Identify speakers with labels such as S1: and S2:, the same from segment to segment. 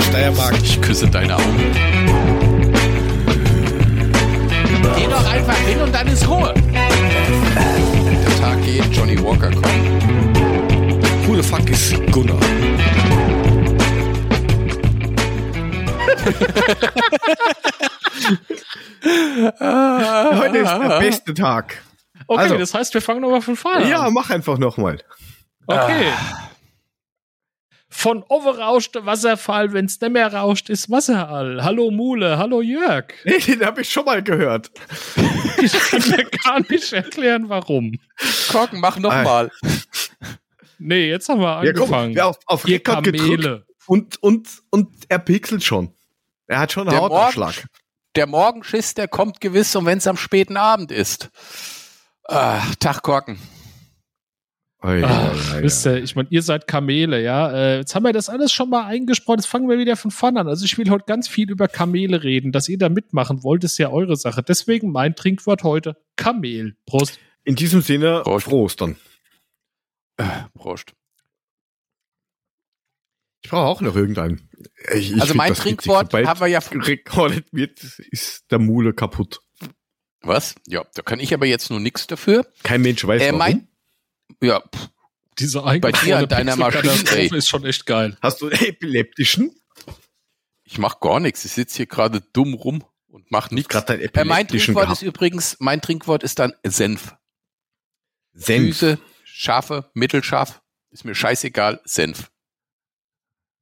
S1: Steiermark.
S2: Ich küsse deine Augen.
S3: Geh doch einfach hin und dann ist Ruhe.
S2: Der Tag geht, Johnny Walker kommt.
S1: Who the fuck is Gunnar?
S4: Heute ist der beste Tag.
S5: Okay,
S4: Also.
S5: das heißt, wir fangen nochmal von vorne
S4: Ja, Ah.
S5: an.
S4: mach einfach nochmal.
S5: Okay. Von oben rauscht der Wasserfall, wenn's nicht mehr rauscht, ist Wasserall. Hallo Mule, hallo Jörg.
S4: Den habe ich schon mal gehört.
S5: Ich kann mir gar nicht erklären, warum.
S2: Korken, mach nochmal.
S5: Nee, jetzt haben wir
S4: Ja, guck,
S5: angefangen.
S4: wir auf, auf
S5: Ihr
S4: Rekord gedrückt
S5: Kamele.
S4: und, und, und er pixelt schon. Er hat schon einen
S2: Der
S4: Hautausschlag.
S2: Der Morgenschiss, der kommt gewiss, und wenn es am späten Abend ist. Ah, Tag Korken.
S4: Ui,
S5: Ach,
S4: ui, ui.
S5: wisst ihr, ich meine, ihr seid Kamele, ja. Äh, jetzt haben wir das alles schon mal eingesprochen, jetzt fangen wir wieder von vorne an. Also ich will heute ganz viel über Kamele reden. Dass ihr da mitmachen wollt, ist ja eure Sache. Deswegen mein Trinkwort heute Kamel. Prost.
S4: In diesem Sinne,
S2: Prost.
S4: Prost dann.
S2: Prost.
S4: Ich brauche auch noch irgendeinen. Ich- ich
S2: also
S4: find
S2: mein
S4: das witzig.
S2: Trinkwort
S4: Sobald
S2: haben wir ja.
S4: Rekordet wird, ist der Mule kaputt.
S2: Was? Ja, da kann ich aber jetzt nur nichts dafür.
S4: Kein Mensch weiß
S2: Äh,
S4: warum.
S2: mein. Ja, pff,
S5: Diese
S2: dir an deiner
S5: Pixelkatastrophe
S2: Maschine, ey.
S5: ist schon echt geil.
S4: Hast du einen epileptischen?
S2: ich mach gar nichts. Ich sitze hier gerade dumm rum und mach nichts.
S4: Gerade deinen
S2: Äh, mein
S4: epileptischen
S2: Trinkwort ist
S4: gehabt.
S2: übrigens, mein Trinkwort ist dann Senf.
S4: Senf.
S2: Süße, scharfe, mittelscharf. Ist mir scheißegal, Senf.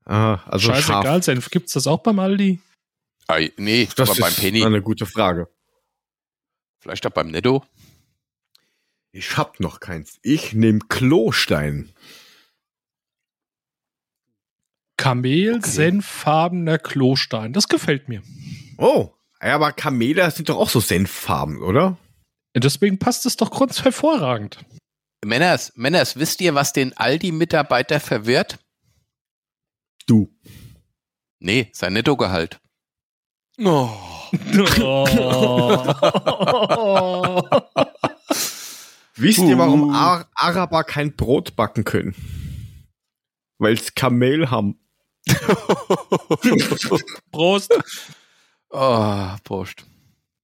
S4: Ah, also scharf.
S5: Scheißegal, Senf. Gibt's das auch beim Aldi?
S2: Ei, nee,
S4: Das
S2: aber
S4: ist
S2: beim Penny.
S4: eine gute Frage.
S2: Vielleicht auch beim Netto.
S4: Ich hab noch keins. Ich nehme Klostein.
S5: Kamel-Senffarbener Klostein. Das gefällt mir.
S4: Oh, ja, aber Kamele sind doch auch so Senffarben, oder?
S5: Deswegen passt es doch grunds hervorragend.
S2: Männers, Männers, wisst ihr, was den Aldi-Mitarbeiter verwirrt?
S4: Du.
S2: Nee, sein Nettogehalt.
S5: Oh.
S4: Wisst ihr, warum
S2: Uh.
S4: Ar Araber kein Brot backen können? Weil's Kamel haben.
S5: Prost.
S2: Oh, Prost.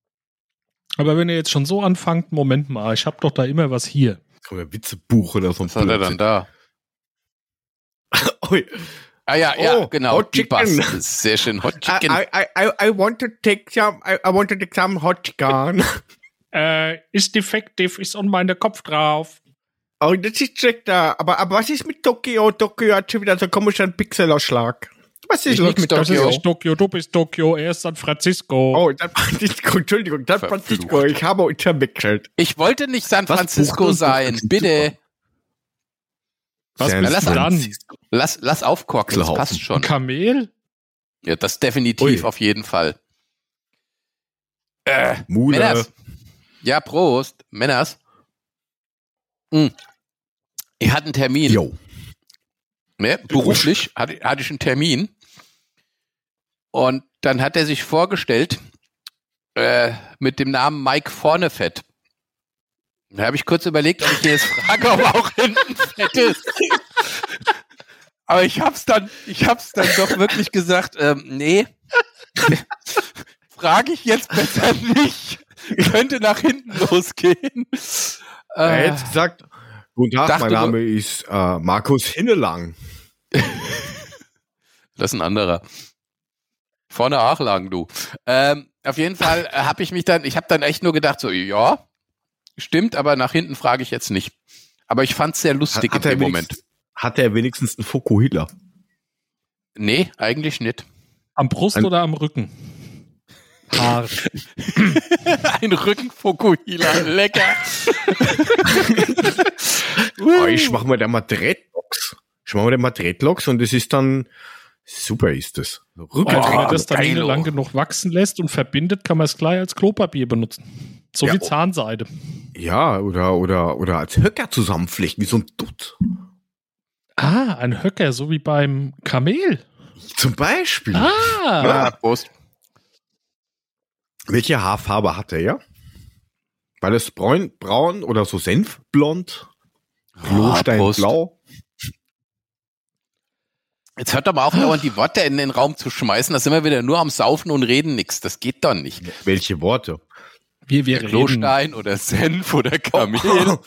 S5: Aber wenn ihr jetzt schon so anfangt, Moment mal, ich habe doch da immer was hier.
S4: Kommt der Witzebuch oder so ein
S2: Was hat er dann da?
S4: Ui.
S2: Ah ja, ja,
S4: Oh,
S2: genau.
S4: Hot
S2: die
S4: Chicken. Ah,
S2: passt. Das ist Sehr schön. Hot
S4: I,
S2: Chicken.
S4: I, I, I want to take some, I, I want to take some hot chicken.
S5: Äh, ist defektiv, ist on meinen Kopf drauf.
S4: Oh, das ist direkt da. Aber, aber was ist mit Tokio? Tokio hat schon wieder so einen komischen Pixelausschlag. Was ist
S2: Ich
S4: los
S2: nix
S4: mit
S5: Das
S2: Tokio.
S4: Tokio?
S5: ist nicht Tokio, du bist Tokio, er ist San Francisco.
S4: Oh, San Francisco, Entschuldigung, San
S2: Verflucht.
S4: Francisco, ich habe euch verwechselt.
S2: ich wollte nicht San
S4: Was bucht
S2: Francisco
S4: uns das
S2: sein.
S4: Francisco?
S2: Bitte.
S5: Was
S4: San
S5: bist du dann?
S4: Francisco.
S2: Lass, lass aufkorken. Das
S4: Klauben.
S2: passt
S5: Ein
S2: schon.
S5: Kamel?
S2: Ja, das definitiv,
S4: Ui.
S2: auf jeden Fall.
S4: Mule.
S2: Männers. Ja, Prost. Männers. Hm. Ich hatte einen Termin.
S4: Yo.
S2: Ne? Beruflich hatte, hatte ich einen Termin. Und dann hat er sich vorgestellt äh, mit dem Namen Mike Vornefett. Da habe ich kurz überlegt, ob ich dir jetzt frage, ob er auch hinten fett ist. Aber ich hab's dann, ich hab's dann doch wirklich gesagt, ähm, nee. frage ich jetzt besser nicht. Könnte nach hinten losgehen.
S4: Er
S2: Äh,
S4: hätte gesagt, guten Tag,
S2: Dachte
S4: mein
S2: du-
S4: Name ist äh, Markus Hinnelang.
S2: Das ist ein anderer. Vorne Achlagen, du. Ähm, auf jeden Fall habe ich mich dann, ich habe dann echt nur gedacht, so, ja, stimmt, aber nach hinten frage ich jetzt nicht. Aber ich fand's sehr lustig in dem Moment.
S4: wenigstens- Hat er wenigstens einen Fokuhila?
S2: Nee, eigentlich nicht.
S5: Am Brust
S4: Ein-
S5: oder am Rücken? Haar.
S2: Ein Rückenfokuhila, lecker.
S4: Oh, ich mach mir da mal Dreadlocks. Ich mach mir da mal Dreadlocks und es ist dann super ist es. Rücken.
S5: Also, wenn man
S2: Boah,
S5: das dann
S2: geil,
S5: lange
S2: oh.
S5: lang genug wachsen lässt und verbindet, kann man es gleich als Klopapier benutzen. So
S4: Ja,
S5: wie
S4: oh.
S5: Zahnseide.
S4: Ja, oder, oder, oder als Höcker zusammenflechten, wie so ein Dutt.
S5: Ah, ein Höcker, so wie beim Kamel.
S4: Zum Beispiel.
S5: Ah,
S2: Ah, Prost.
S4: Welche Haarfarbe hat er, ja? War das braun, braun oder so senfblond?
S2: Ah, Prost.
S4: Klosteinblau?
S2: Jetzt hört doch mal auf, dauernd die Worte in den Raum zu schmeißen. Da sind wir wieder nur am Saufen und reden nichts. Das geht doch nicht.
S4: Welche Worte?
S5: Wir, wir reden.
S2: Klostein oder Senf oder Kamel.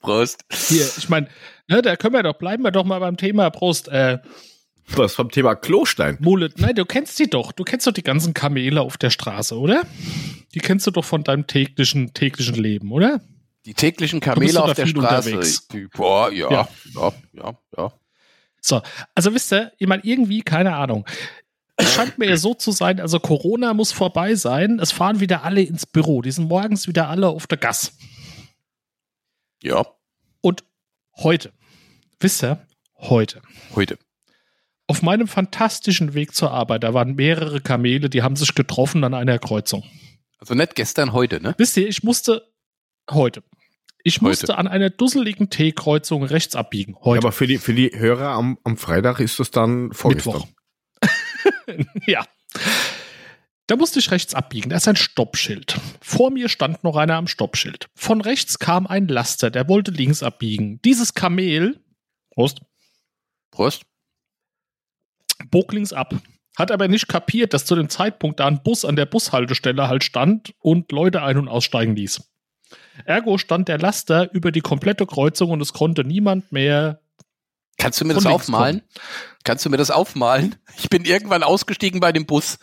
S2: Prost.
S5: Hier, ich meine, ne, da können wir doch, bleiben wir doch mal beim Thema Prost. Äh,
S4: Was vom Thema Klostein?
S5: Mullet, nein, du kennst die doch. Du kennst doch die ganzen Kamele auf der Straße, oder? Die kennst du doch von deinem täglichen, täglichen Leben, oder?
S2: Die täglichen
S5: bist
S2: Kamele
S5: doch
S2: auf
S5: da
S2: der
S5: viel
S2: Straße.
S5: unterwegs.
S2: Die- Boah, ja,
S5: Ja.
S2: ja, ja, ja,
S5: So, also wisst ihr, ich meine, irgendwie, keine Ahnung. Es scheint mir ja so zu sein, also Corona muss vorbei sein. Es fahren wieder alle ins Büro. Die sind morgens wieder alle auf der Gas.
S2: ja.
S5: Und heute, wisst ihr, heute,
S2: Heute.
S5: auf meinem fantastischen Weg zur Arbeit, da waren mehrere Kamele, die haben sich getroffen an einer Kreuzung.
S2: Also nicht gestern, heute, ne?
S5: Wisst ihr, ich musste heute. Ich
S2: Heute.
S5: musste an einer dusseligen T-Kreuzung rechts abbiegen.
S4: Ja,
S5: Heute.
S4: aber für die, für die Hörer am, am Freitag ist das dann vorgestern.
S5: Mittwoch. ja. Da musste ich rechts abbiegen. Da ist ein Stoppschild. Vor mir stand noch einer am Stoppschild. Von rechts kam ein Laster, der wollte links abbiegen. Dieses Kamel Prost,
S2: Prost.
S5: bog links ab. Hat aber nicht kapiert, dass zu dem Zeitpunkt da ein Bus an der Bushaltestelle halt stand und Leute ein- und aussteigen ließ. Ergo stand der Laster über die komplette Kreuzung und es konnte niemand mehr
S2: Kannst du mir
S5: Von
S2: das
S5: links
S2: aufmalen? Kannst du mir das aufmalen? Ich bin irgendwann ausgestiegen bei dem Bus.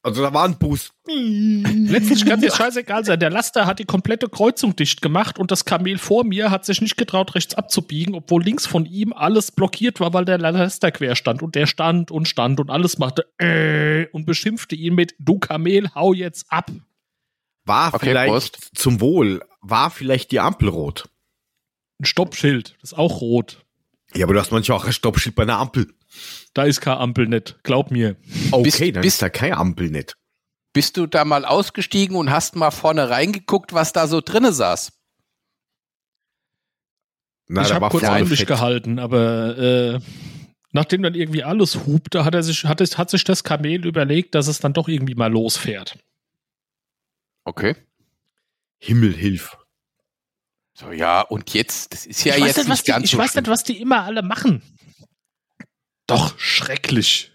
S4: Also da war ein Bus.
S5: Letztlich kann es scheißegal sein. Der Laster hat die komplette Kreuzung dicht gemacht und das Kamel vor mir hat sich nicht getraut, rechts abzubiegen, obwohl links von ihm alles blockiert war, weil der Laster quer stand. Und der stand und stand und alles machte äh und beschimpfte ihn mit Du Kamel, hau jetzt ab.
S4: War
S2: Okay,
S4: vielleicht
S2: Prost.
S4: zum Wohl, war vielleicht die Ampel rot.
S5: Ein Stoppschild, das ist auch rot.
S4: Ja, aber du hast manchmal auch ein Stoppschild bei einer Ampel.
S5: Da ist keine Ampel nicht, glaub mir.
S4: Okay,
S2: Bist-
S4: dann
S2: bist-
S4: ist da keine Ampel nicht.
S2: Bist du da mal ausgestiegen und hast mal vorne reingeguckt, was da so drinne saß?
S4: Na,
S5: ich
S4: da
S5: habe
S4: war
S5: kurz
S4: vorne
S5: an mich
S4: fett.
S5: gehalten, aber äh, nachdem dann irgendwie alles hubte, hat, er sich, hat, es, hat sich das Kamel überlegt, dass es dann doch irgendwie mal losfährt.
S2: Okay.
S4: Himmel hilf.
S2: So, ja, und jetzt, das ist ja
S5: ich weiß,
S2: jetzt
S5: nicht, was
S2: nicht
S5: die,
S2: ganz
S5: ich
S2: so
S5: weiß
S2: schlimm.
S5: nicht, was die immer alle machen. Doch, schrecklich.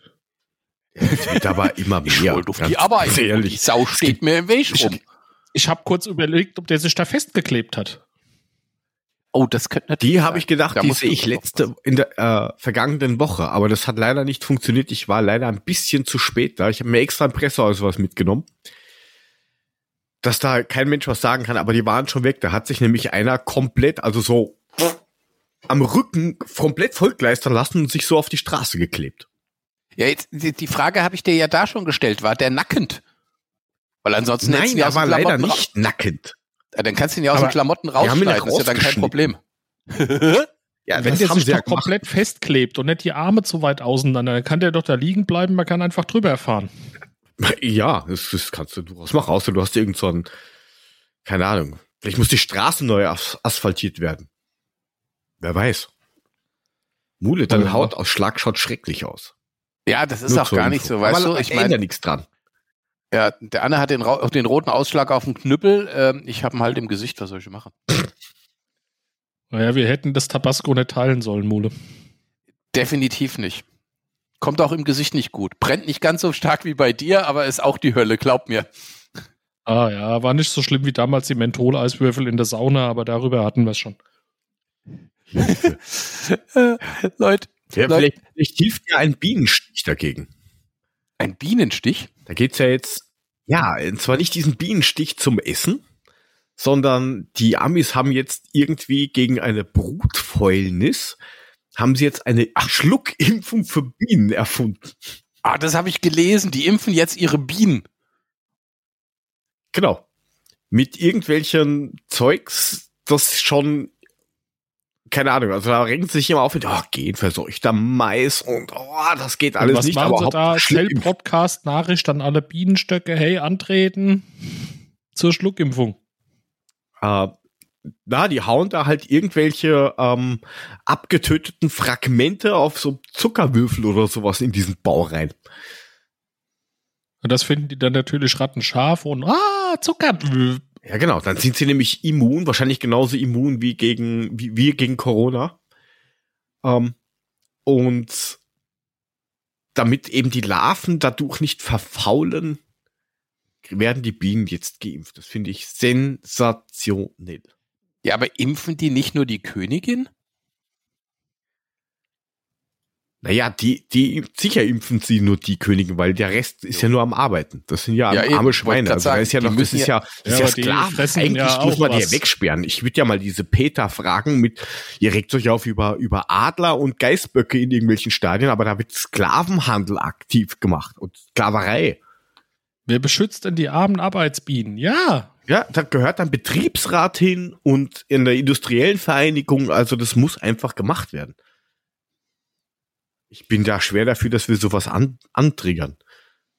S4: Es wird aber immer mehr.
S2: Ich wollte auf die
S4: ganz
S2: Arbeit. Und Die
S4: Ehrlich.
S2: Sau steht mir im Weg
S4: Ich-
S2: rum.
S5: Ich habe kurz überlegt, ob der sich da festgeklebt hat.
S2: Oh, das könnte natürlich
S4: Die habe ich
S2: sein.
S4: gedacht,
S2: Da
S4: die
S2: musst
S4: sehe
S2: du
S4: ich
S2: drauf
S4: letzte in der äh, vergangenen Woche, aber das hat leider nicht funktioniert. Ich war leider ein bisschen zu spät da. Ich habe mir extra ein Pressehaus was mitgenommen, dass da kein Mensch was sagen kann, aber die waren schon weg. Da hat sich nämlich einer komplett, also so am Rücken komplett vollgleistern lassen und sich so auf die Straße geklebt.
S2: Ja, jetzt, die, die Frage habe ich dir ja da schon gestellt. War der nackend? Weil ansonsten hättest du ihn ja
S4: der
S2: aus den Klamotten ra-
S4: nackend.
S2: Ja, dann kannst du ihn ja aus den
S4: Aber
S2: Klamotten
S4: haben ihn
S2: rausschneiden. Ist ja dann kein
S4: rausgeschnitten.
S2: Problem.
S4: Ja,
S5: Wenn
S4: das
S5: der
S4: haben
S5: sich
S4: sie ja
S5: doch
S4: gemacht.
S5: komplett festklebt und nicht die Arme zu weit auseinander, dann kann der doch da liegen bleiben, man kann einfach drüber fahren.
S4: Ja, das, das kannst du durchaus machen, außer du hast irgend so einen, keine Ahnung, vielleicht muss die Straße neu as asphaltiert werden. Wer weiß. Mule, dein
S5: Ja.
S4: Hautausschlag schaut schrecklich aus.
S2: Ja, das ist
S4: Nur
S2: auch
S4: zur
S2: gar
S4: Info.
S2: nicht so, weißt
S4: Aber
S2: du? Ich
S4: ändert
S2: meine,
S4: nichts dran.
S2: ja, der Anne hat den, Rau- den roten Ausschlag auf dem Knüppel. Ähm, ich habe ihn halt im Gesicht, was soll ich machen?
S5: Naja, wir hätten das Tabasco nicht teilen sollen, Mule.
S2: Definitiv nicht. Kommt auch im Gesicht nicht gut. Brennt nicht ganz so stark wie bei dir, aber ist auch die Hölle, glaub mir.
S5: Ah ja, war nicht so schlimm wie damals die Menthol-Eiswürfel in der Sauna, aber darüber hatten wir es schon.
S2: Äh, Leute,
S4: Ja,
S2: Leute.
S4: vielleicht, vielleicht hilft ja ein Bienenstich dagegen.
S2: ein Bienenstich?
S4: Da geht's ja jetzt, ja, und zwar nicht diesen Bienenstich zum Essen, sondern die Amis haben jetzt irgendwie gegen eine Brutfäulnis, haben sie jetzt eine Schluckimpfung für Bienen erfunden.
S2: Ah, das habe ich gelesen. Die impfen jetzt ihre Bienen.
S4: Genau. Mit irgendwelchen Zeugs, das schon, keine Ahnung, also da regen sie sich immer auf mit, oh, genverseuchter Mais und oh, das geht
S5: Und
S4: alles
S5: was
S4: nicht.
S5: machen sie
S4: Schluckimpfung.
S5: da? Schnell-Podcast-Nachricht an alle Bienenstöcke, hey, antreten zur Schluckimpfung.
S4: äh, na, die hauen da halt irgendwelche ähm, abgetöteten Fragmente auf so Zuckerwürfel oder sowas in diesen Bau rein.
S5: Und das finden die dann natürlich rattenscharf und ah, Zucker.
S4: Ja, genau. Dann sind sie nämlich immun, wahrscheinlich genauso immun wie gegen wie wir gegen Corona. Ähm, und damit eben die Larven dadurch nicht verfaulen, werden die Bienen jetzt geimpft. Das finde ich sensationell.
S2: Ja, aber impfen die nicht nur die Königin?
S4: Naja, die, die sicher impfen sie nur die Königin, weil der Rest ist ja nur am Arbeiten. Das sind ja,
S2: Ja, eben.
S4: arme
S2: Wollte
S4: Schweine.
S2: grad
S4: Also da
S2: sagen,
S4: ist ja
S2: die
S4: noch, das
S2: müssen
S4: ist
S2: ja-
S4: ja, das ist
S5: Ja,
S4: ja
S5: aber die
S4: Sklaven.
S5: fressen
S4: Eigentlich
S5: ja
S4: muss
S5: auch
S4: man
S5: was.
S4: die wegsperren. Ich würde ja mal diese Peter fragen mit, ihr regt euch auf über, über Adler und Geißböcke in irgendwelchen Stadien, aber da wird Sklavenhandel aktiv gemacht und Sklaverei.
S5: Wer beschützt denn die armen Arbeitsbienen? Ja.
S4: Ja, da gehört dann Betriebsrat hin und in der industriellen Vereinigung, also das muss einfach gemacht werden. Ich bin da schwer dafür, dass wir sowas an, antriggern.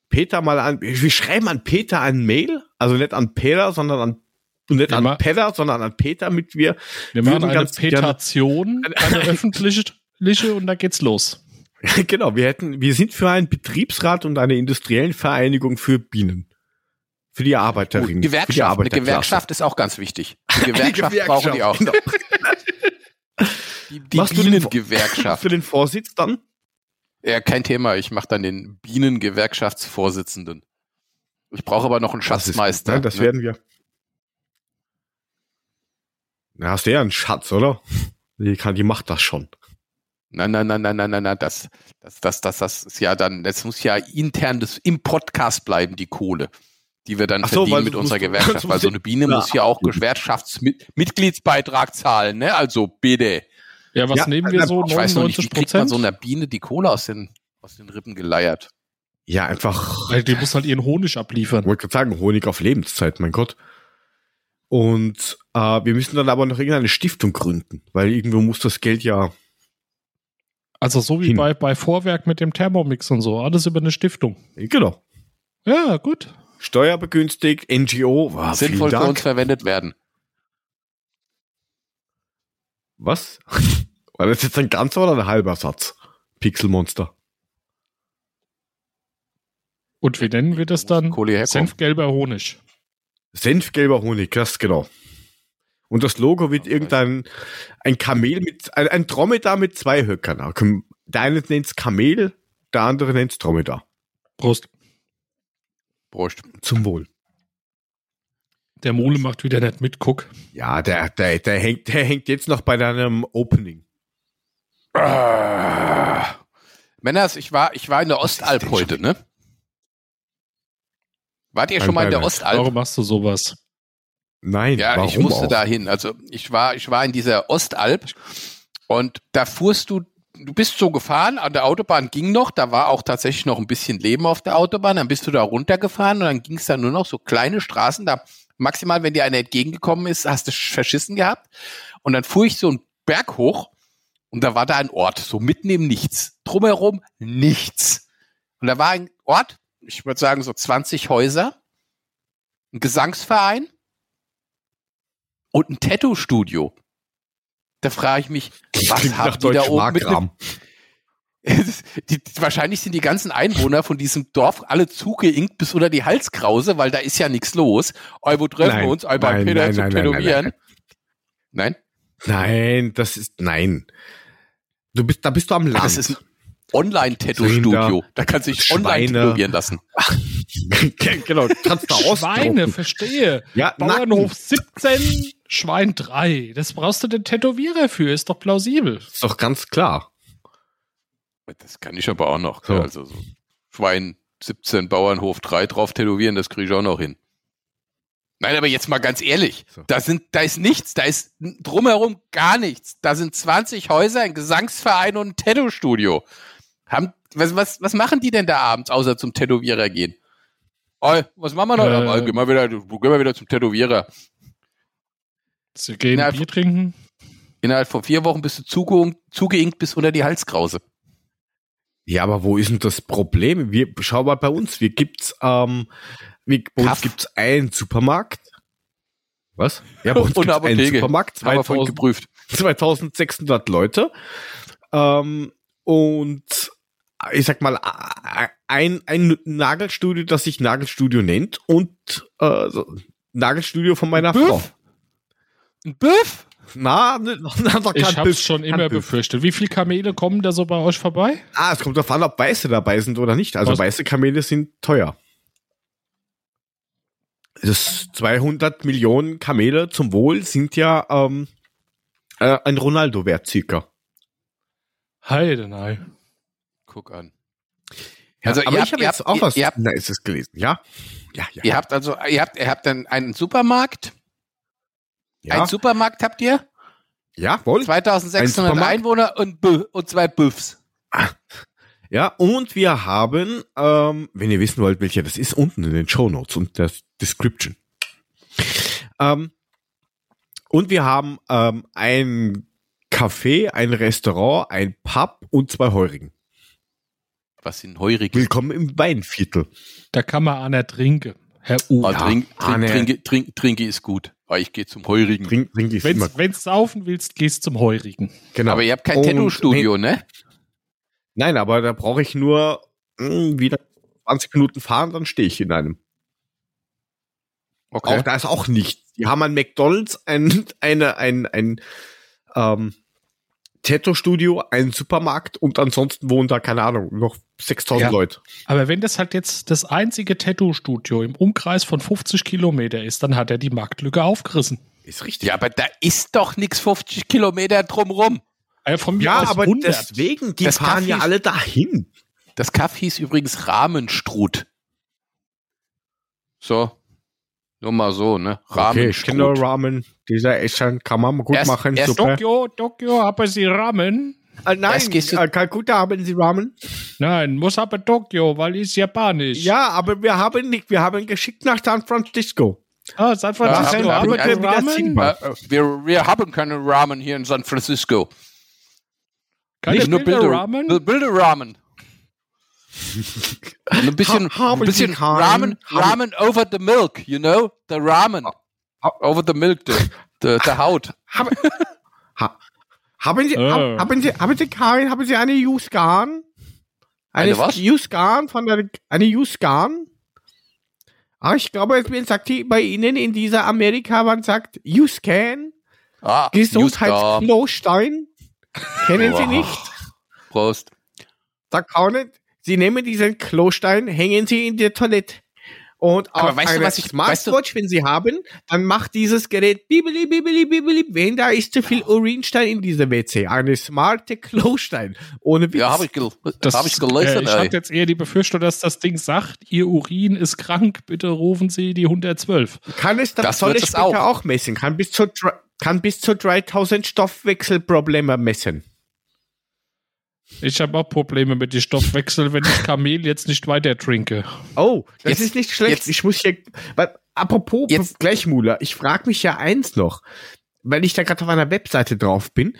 S4: Peter mal an, wir schreiben an Peter ein Mail, also nicht an Peter, sondern an und nicht
S5: Ja,
S4: an
S5: ma-
S4: Peter, sondern an Peter mit wir.
S5: Wir machen
S4: würden
S5: eine
S4: ganz gerne-
S5: Petation, eine öffentliche und dann geht's los.
S4: genau, wir hätten, wir sind für einen Betriebsrat und eine industriellen Vereinigung für Bienen. Für die
S2: Gut,
S4: Arbeiterinnen. für die
S2: Gewerkschaft. Eine
S4: Arbeiterklasse.
S2: Gewerkschaft ist auch ganz wichtig. Die Gewerkschaft, brauchen die auch.
S4: Genau.
S2: Die, die
S4: Machst du den-
S2: Bienengewerkschaft.
S4: Für den Vorsitz dann?
S2: Ja, kein Thema. Ich mache dann den Bienengewerkschaftsvorsitzenden. Ich brauche aber noch einen
S4: Das ist-
S2: Schatzmeister.
S4: Nein, das
S2: ne?
S4: werden wir. Na, hast du ja einen Schatz, oder? Die, kann, die macht das schon.
S2: Nein, nein, nein, nein, nein, nein, nein, das, das, das, das, das ist ja dann, das muss ja intern das, im Podcast bleiben, die Kohle, die wir dann
S4: Ach so,
S2: verdienen
S4: weil
S2: mit
S4: sonst
S2: unserer
S4: musst du-
S2: Gewerkschaft,
S4: sonst
S2: weil so
S4: musst
S2: eine Biene
S4: Ja.
S2: muss ja auch Geschwertschaftsmitgliedsbeitrag zahlen, ne? Also bitte.
S5: Ja, was
S4: Ja,
S5: nehmen wir so?
S2: Ich weiß noch nicht, wie
S5: 99
S2: kriegt man
S5: Prozent?
S2: so einer Biene die Kohle aus den, aus den Rippen geleiert?
S4: Ja, einfach.
S5: Weil die muss halt ihren Honig abliefern.
S4: wollte gerade sagen, Honig auf Lebenszeit, mein Gott. Und äh, wir müssen dann aber noch irgendeine Stiftung gründen, weil irgendwo muss das Geld ja.
S5: Also so wie
S4: Hin.
S5: bei, bei Vorwerk mit dem Thermomix und so. Alles über eine Stiftung.
S4: Genau.
S5: Ja, gut.
S4: Steuerbegünstigt, NGO, wow,
S2: Sinnvoll
S4: vielen
S2: für uns
S4: Dank.
S2: verwendet werden.
S4: Was? War das jetzt ein ganzer oder ein halber Satz? Pixelmonster.
S5: Und wie nennen wir das dann?
S2: Kohle herkommen.
S5: Senfgelber Honig.
S4: Senfgelber Honig, das genau. Und das Logo wird
S2: Ja,
S4: irgendein ein Kamel mit, ein, ein Dromedar mit zwei Höckern. Ah, komm, Der eine nennt es Kamel, der andere nennt es Dromedar.
S5: Prost.
S2: Prost.
S4: Zum Wohl.
S5: Der Mole macht wieder nicht mit, guck.
S4: Ja, der, der, der, hängt, der hängt jetzt noch bei deinem Opening.
S2: Ah. Männers, ich war, ich war in der Ostalb heute, ne? Wart ihr
S4: Ein
S2: schon mal in der
S4: Beileid.
S2: Ostalb?
S5: Warum machst du sowas?
S4: Nein,
S2: Ja,
S4: warum
S2: ich musste
S4: auch?
S2: da hin. Also ich war, ich war in dieser Ostalb und da fuhrst du, du bist so gefahren, an der Autobahn ging noch, da war auch tatsächlich noch ein bisschen Leben auf der Autobahn, dann bist du da runtergefahren und dann ging es da nur noch so kleine Straßen, da maximal, wenn dir einer entgegengekommen ist, hast du verschissen gehabt und dann fuhr ich so einen Berg hoch und da war da ein Ort, so mitten im Nichts, drumherum nichts. Und da war ein Ort, ich würde sagen so 20 Häuser, ein Gesangsverein, und ein Tattoo-Studio. Da frage ich mich, was
S4: Klingt
S2: haben
S4: nach
S2: die da
S4: deutschem
S2: oben mit
S4: Markram.
S2: die, Wahrscheinlich sind die ganzen Einwohner von diesem Dorf alle zugeinkt bis unter die Halskrause, weil da ist ja nichts los. Ey, wo treffen
S4: Nein,
S2: wir uns? Ey, bei
S4: nein,
S2: Peter
S4: nein,
S2: zum
S4: nein, nein, nein,
S2: Tätowieren. Nein,
S4: Nein, das ist, nein. Du bist, da bist du am Land.
S2: das ist ein Online-Tattoo-Studio.
S4: Rinder,
S2: Da kannst du dich
S4: Schweine.
S2: online tätowieren lassen.
S4: genau, kannst du
S5: Schweine,
S4: ausdrucken.
S5: verstehe.
S4: Ja,
S5: Bauernhof
S4: Nacken.
S5: 17, Schwein 3. Das brauchst du den Tätowierer für, ist doch plausibel.
S4: Ist doch ganz klar.
S2: Das kann ich aber auch noch.
S4: So.
S2: gell, Also so Schwein 17, Bauernhof 3 drauf tätowieren, das kriege ich auch noch hin. Nein, aber jetzt mal ganz ehrlich,
S4: So.
S2: da, sind, da ist nichts, da ist n- drumherum gar nichts. Da sind 20 Häuser, ein Gesangsverein und ein Tattoo-Studio. Haben, was, was, was machen die denn da abends, außer zum Tätowierer gehen? Oi, was machen wir noch?
S5: Äh.
S2: Oi, geh, mal wieder, geh mal wieder zum Tätowierer.
S5: Sie gehen
S2: Na,
S5: Bier trinken.
S2: Innerhalb von vier Wochen bist du zuge zugeinkt bis unter die Halskrause.
S4: Ja, aber wo ist denn das Problem? Wir, schau mal bei uns. Wir gibt's, ähm, wir, bei uns
S2: Kaff.
S4: gibt's einen Supermarkt. Was? Ja, bei uns
S2: Und
S4: gibt's
S2: eine
S4: einen
S2: Apotheke.
S4: Supermarkt,
S2: Haben wir vorhin
S4: 2000,
S2: geprüft.
S4: 2600 Leute. Ähm, und ich sag mal, a- a- ein, ein Nagelstudio, das sich Nagelstudio nennt und äh, so, Nagelstudio von meiner
S2: Büff?
S4: Frau.
S2: Ein Büff?
S4: Na, ne, na doch
S5: Ich
S4: kein
S5: hab's
S4: Biss.
S5: schon immer
S4: Handbiss.
S5: befürchtet. Wie viele Kamele kommen da so bei euch vorbei?
S4: Ah, es kommt darauf an, ob weiße dabei sind oder nicht. Also
S5: Was?
S4: weiße Kamele sind teuer. Das 200 Millionen Kamele zum Wohl sind ja ähm, äh, ein Ronaldo wert circa.
S5: Heidenei.
S2: Guck an.
S4: Ja,
S2: Also,
S4: aber
S2: ihr
S4: ich
S2: habt-
S4: habe
S2: ihr
S4: jetzt
S2: habt-
S4: auch
S2: ihr-
S4: was
S2: ihr habt-
S4: Nices gelesen. Ja, ja, ja.
S2: Ihr habt also, ihr habt, ihr habt dann einen Supermarkt.
S4: ja,
S2: Einen Supermarkt habt ihr,
S4: jawohl.
S2: 2600
S4: Supermarkt?
S2: Einwohner und, Bö- und zwei Büffs.
S4: Ja, und wir haben, ähm, wenn ihr wissen wollt, welcher das ist, unten in den Show Notes und der Description. Ähm, und wir haben ähm, ein Café, ein Restaurant, ein Pub und zwei Heurigen.
S2: Was sind heurige?
S4: Willkommen im Weinviertel.
S5: Da kann man einer trinken. Herr U.
S2: Oh,
S4: Ja,
S2: trink,
S4: ah,
S2: trink,
S4: nee.
S2: trinke, trink, trinke ist gut. Oh, ich gehe zum heurigen.
S4: Trink, trink ich immer.
S5: Wenn's, wenn's saufen willst, gehst zum Heurigen.
S4: Genau.
S2: Aber ihr habt kein
S4: Und-
S2: Tattoo-Studio, ne?
S4: Nein, aber da brauche ich nur mh, wieder 20 Minuten fahren, dann stehe ich in einem. Auch da ist auch nichts. Die haben an McDonalds ein, eine, ein, ein ähm, Tattoo-Studio, einen Supermarkt und ansonsten wohnen da, keine Ahnung, noch 6000
S5: Ja.
S4: Leute.
S5: Aber wenn das halt jetzt das einzige Tattoo-Studio im Umkreis von 50 Kilometer ist, dann hat er die Marktlücke aufgerissen.
S4: Ist richtig.
S2: Ja, aber da ist doch nichts 50 Kilometer drumrum.
S5: Äh, von mir
S4: Ja,
S5: aus
S4: aber
S5: 100.
S4: deswegen, die
S2: Das
S4: fahren
S2: Kaffee
S4: ja
S2: ist-
S4: alle dahin.
S2: Das Kaff hieß übrigens Rahmenstrut. So. Nur mal so, ne? Rahmenstrut.
S4: Kinderramen, dieser Eschern kann man gut
S2: Erst-
S4: machen,
S2: erst
S4: super.
S5: Tokio, Tokio, aber sie Ramen.
S4: Äh, nein,
S2: erst gehst du-
S4: äh, Kalkutta haben sie Ramen.
S5: Nein, muss aber Tokio, weil ist japanisch.
S4: Ja, aber wir haben nicht, wir haben geschickt nach San Francisco.
S5: Ah, San
S2: Ja,
S5: Francisco,
S2: haben- haben-
S5: aber
S2: haben-
S5: die Ramen.
S4: haben-
S2: Äh, äh, wir, wir haben keine Ramen hier in San Francisco.
S5: Keine
S2: Nicht nur
S5: Bilder
S2: Bilder
S5: Ramen?
S2: Bil- Bilder Ramen. Und ein bisschen,
S4: Ha- haben
S2: ein bisschen
S4: Sie keinen-
S2: Ramen,
S4: haben-
S2: Ramen over the milk, you know? The Ramen. Over the milk, the, the, the Haut.
S4: Haben, ha, haben, sie,
S2: Ah.
S5: Äh.
S4: hab- haben Sie, haben Sie, kein, haben Sie eine Juskan?
S2: Eine was?
S4: Juskan von der, eine Juskan? Ah, ich glaube, es wird sagt die bei Ihnen in dieser Amerika, man sagt Juskan,
S2: Ah, Justam.
S4: Gesundheitsknostein. Kennen Sie
S2: Boah.
S4: nicht?
S2: Prost.
S4: Da kann nicht. Sie nehmen diesen Klostein, hängen Sie in die Toilette. Und
S2: Aber
S4: auf
S2: weißt du,
S4: einer
S2: was ich-
S4: Smartwatch,
S2: weißt du-
S4: wenn Sie haben, dann macht dieses Gerät bibeli, bibeli, bibeli, wenn da ist zu viel Urinstein in dieser WC. Eine smarte Klostein. Ohne Witz.
S2: Ja, habe ich, gel hab ich gelesen.
S5: äh, ich
S2: ey.
S5: habe jetzt eher die Befürchtung, dass das Ding sagt, Ihr Urin ist krank, bitte rufen Sie die 112.
S4: kann es, dann
S2: das
S4: soll
S2: wird
S4: es
S2: es
S4: später auch.
S2: auch.
S4: messen. Kann bis zu, dr- kann bis zu 3000 Stoffwechselprobleme messen.
S5: Ich habe auch Probleme mit dem Stoffwechsel, wenn ich Kamel jetzt nicht weiter trinke.
S4: Oh, das
S2: Jetzt-
S4: ist nicht schlecht.
S2: jetzt-
S4: ich muss hier. Weil, apropos
S2: Jetzt-
S4: gleich, Mula, ich frage mich ja eins noch, weil ich da gerade auf einer Webseite drauf bin.